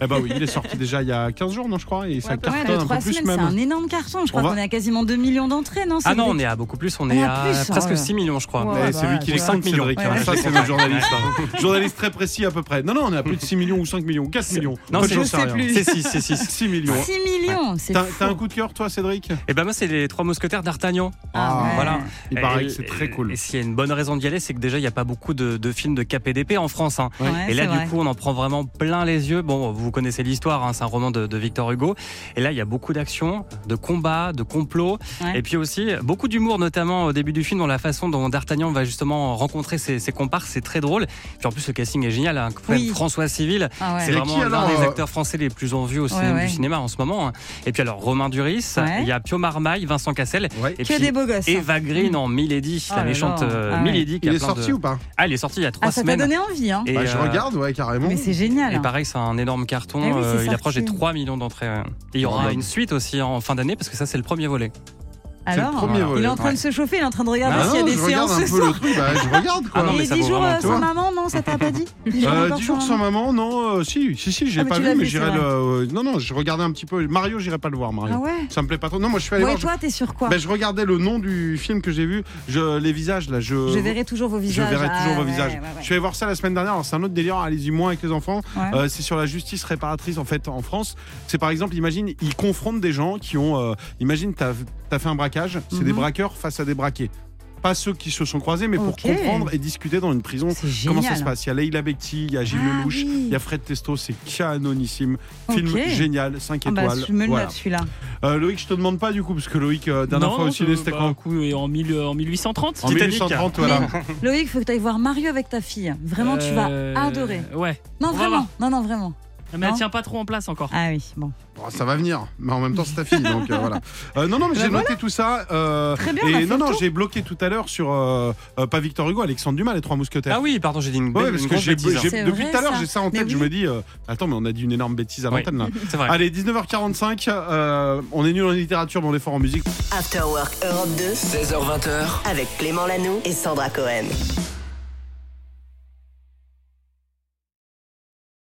S1: Eh bah oui, il est sorti déjà il y a 15 jours, non, je crois, et ça
S4: Ouais, pas
S1: cartonne
S2: de
S1: un peu
S2: trois
S1: plus
S2: semaines, c'est
S1: même.
S2: un énorme carton. Je crois
S1: On va-
S2: qu'on est à quasiment 2 millions d'entrées, non
S3: Ah non, on
S2: Cédric
S3: est à beaucoup plus, on
S2: On
S3: est
S2: a
S3: à
S2: plus,
S3: presque
S2: ouais.
S3: 6 millions, je crois.
S4: Ouais.
S1: Eh,
S4: bah,
S1: c'est lui qui
S2: ouais.
S1: les compte,
S3: 5 millions.
S1: Cédric. hein.
S3: Ouais, ouais.
S1: Ça, c'est le journaliste. hein. journaliste très précis à peu près. Non, non, on est à plus de 6 millions ou 5 millions ou 4 millions.
S3: Non,
S1: Moi,
S3: c'est-
S1: j'en
S3: je
S1: sais
S3: sais
S1: rien.
S3: plus. C'est six, c'est six.
S1: 6 millions.
S2: 6 millions, c'est
S1: T'as
S2: fou.
S1: t'as un coup de cœur, toi, Cédric
S3: Et ben moi, c'est les trois mousquetaires d'Artagnan.
S2: Ah ouais.
S3: Voilà.
S1: Il
S3: Et-
S1: paraît que c'est très cool.
S3: Et s'il y a une bonne raison d'y aller, c'est que déjà, il n'y a pas beaucoup de, de films de KPDP en France. hein.
S2: Ouais,
S3: et là,
S2: c'est
S3: du
S2: vrai.
S3: coup, on en prend vraiment plein les yeux. Bon, vous connaissez l'histoire, hein, c'est un roman de, de Victor Hugo. Et là, il y a beaucoup d'action, de combats, de complots.
S2: Ouais.
S3: Et puis aussi, beaucoup d'humour, notamment au début du film, dans la façon dont D'Artagnan va justement rencontrer ses, ses comparses. C'est très drôle. Puis en plus, le casting est génial. hein.
S2: Oui.
S3: François Civil,
S2: Ah ouais.
S3: c'est
S1: Il y a
S3: vraiment
S1: qui,
S3: l'un
S1: alors,
S3: des
S1: euh,
S3: acteurs français les plus en vue au
S2: Ouais,
S3: cinéma,
S2: ouais.
S3: du cinéma en ce moment. hein. Et puis alors, Romain Duris,
S2: Ouais.
S3: il y a Pio Marmaille, Vincent Cassel.
S1: Ouais.
S3: Et
S2: Que
S3: puis,
S2: des beaux gosses.
S3: Eva Green en Milady,
S2: Oh
S3: la
S2: là
S3: méchante
S2: là.
S3: euh,
S2: Ah ouais.
S3: Milady qui
S1: Il
S3: a
S1: est
S3: plein
S1: sorti
S3: de...
S1: ou pas
S3: Ah, il est sorti il y a trois
S2: Ah, ça t'a
S3: semaines.
S2: donné envie, hein
S3: Et,
S1: Bah, Je
S3: euh,
S1: regarde, ouais, carrément.
S2: Mais c'est génial.
S3: Et pareil, c'est un énorme carton.
S2: Ah Eh oui, c'est
S3: euh, il
S2: sorti.
S3: approche des 3 millions d'entrées. ouais. Et il y aura
S1: Énorme.
S3: une suite aussi en fin d'année, parce que ça, c'est le premier volet.
S1: c'est le
S2: Alors,
S1: premier
S3: Voilà.
S2: il est
S1: volet.
S2: en train de se chauffer, il est en train de regarder
S1: Ah
S2: s'il y a
S1: non,
S2: des
S1: je regarde
S2: séances
S1: un
S2: ce
S1: peu le
S2: soir.
S1: truc, bah, je regarde quoi.
S3: Ah non, mais
S2: et
S3: ça
S2: 10
S3: vaut
S2: jours
S3: vraiment
S2: euh,
S3: le
S2: sans
S1: coup.
S2: maman, non, ça t'a pas dit 10 jours
S1: Euh,
S2: encore
S1: 10 jours sans maman, non, euh, si, si, si, j'ai
S2: Ah, mais
S1: pas
S2: tu
S1: vu,
S2: l'as
S1: mais
S2: vu,
S1: j'irai
S2: c'est
S1: le. euh, non, non, je regardais un petit peu. Mario, j'irai pas le voir, Mario.
S2: Ah ouais
S1: Ça me plaît pas trop. Non, moi je suis allé
S2: Bon, et
S1: voir.
S2: toi, t'es sur
S1: je-
S2: quoi
S1: ben, je regardais le nom du film que j'ai vu, je, les visages là, je.
S2: Je verrai toujours vos
S1: Euh, Je
S2: visages.
S1: verrai
S2: Ah,
S1: toujours vos
S2: ouais,
S1: visages.
S2: ouais, ouais.
S1: Je suis allé voir ça la semaine dernière. Alors, c'est un autre délire. Allez-y moins avec les enfants.
S2: Ouais.
S1: Euh, c'est sur la justice réparatrice en fait en France. C'est par exemple, imagine, ils confrontent des gens qui ont. euh, imagine, t'as as fait un braquage. C'est des
S2: Mhm.
S1: braqueurs face à des braqués. Pas ceux qui se sont croisés, mais pour
S2: Ok.
S1: comprendre et discuter dans une prison.
S2: C'est génial.
S1: Comment ça se passe Il y a Leila Bekti, il y a Gilles
S2: Ah
S1: Lelouch,
S2: oui.
S1: il y a Fred Testo, c'est canonissime. Film
S2: Ok.
S1: génial, 5
S2: Ah bah,
S1: étoiles.
S2: je me le
S1: Voilà.
S2: note celui-là.
S1: Euh, Loïc, je te demande pas du coup, parce que Loïc, euh, dernière
S5: Non,
S1: fois au ciné,
S5: euh,
S1: c'était
S5: bah,
S1: quand
S5: coup, et en, mille- en 1830
S1: En
S3: Titanic.
S1: 1830, voilà.
S2: Loïc, faut que tu ailles voir Mario avec ta fille. Vraiment, tu vas
S5: Euh,
S2: adorer.
S5: Ouais.
S2: Non,
S5: on va
S2: vraiment. Non, non, vraiment.
S5: Mais
S2: Non.
S5: elle tient pas trop en place encore.
S2: Ah oui, bon.
S1: Bon, Oh, ça va venir, mais en même temps c'est ta fille, donc euh, voilà. Euh, non, non, mais j'ai noté tout ça. euh,
S2: Bah Très bien, on a
S1: et
S2: fait
S1: non,
S2: le
S1: non,
S2: tour.
S1: j'ai bloqué tout à l'heure sur euh, euh, pas Victor Hugo, Alexandre Dumas, les Trois Mousquetaires.
S3: Ah oui, pardon, j'ai dit une,
S1: Ouais,
S3: belle-
S1: parce
S3: une
S1: que
S3: grosse
S1: j'ai,
S3: bêtise.
S1: j'ai-
S2: hein. C'est
S1: depuis
S2: vrai,
S1: tout à l'heure
S2: ça.
S1: j'ai ça en
S2: Mais
S1: tête. Je
S2: oui.
S1: me dis, euh, attends, mais on a dit une énorme bêtise à
S3: Oui.
S1: l'antenne là.
S2: Ah.
S3: C'est vrai.
S1: Allez, 19h45, euh, on est nul en littérature, mais on est fort en musique.
S6: After Work Europe 2
S7: 16h20h,
S6: avec Clément Lano et Sandra Cohen.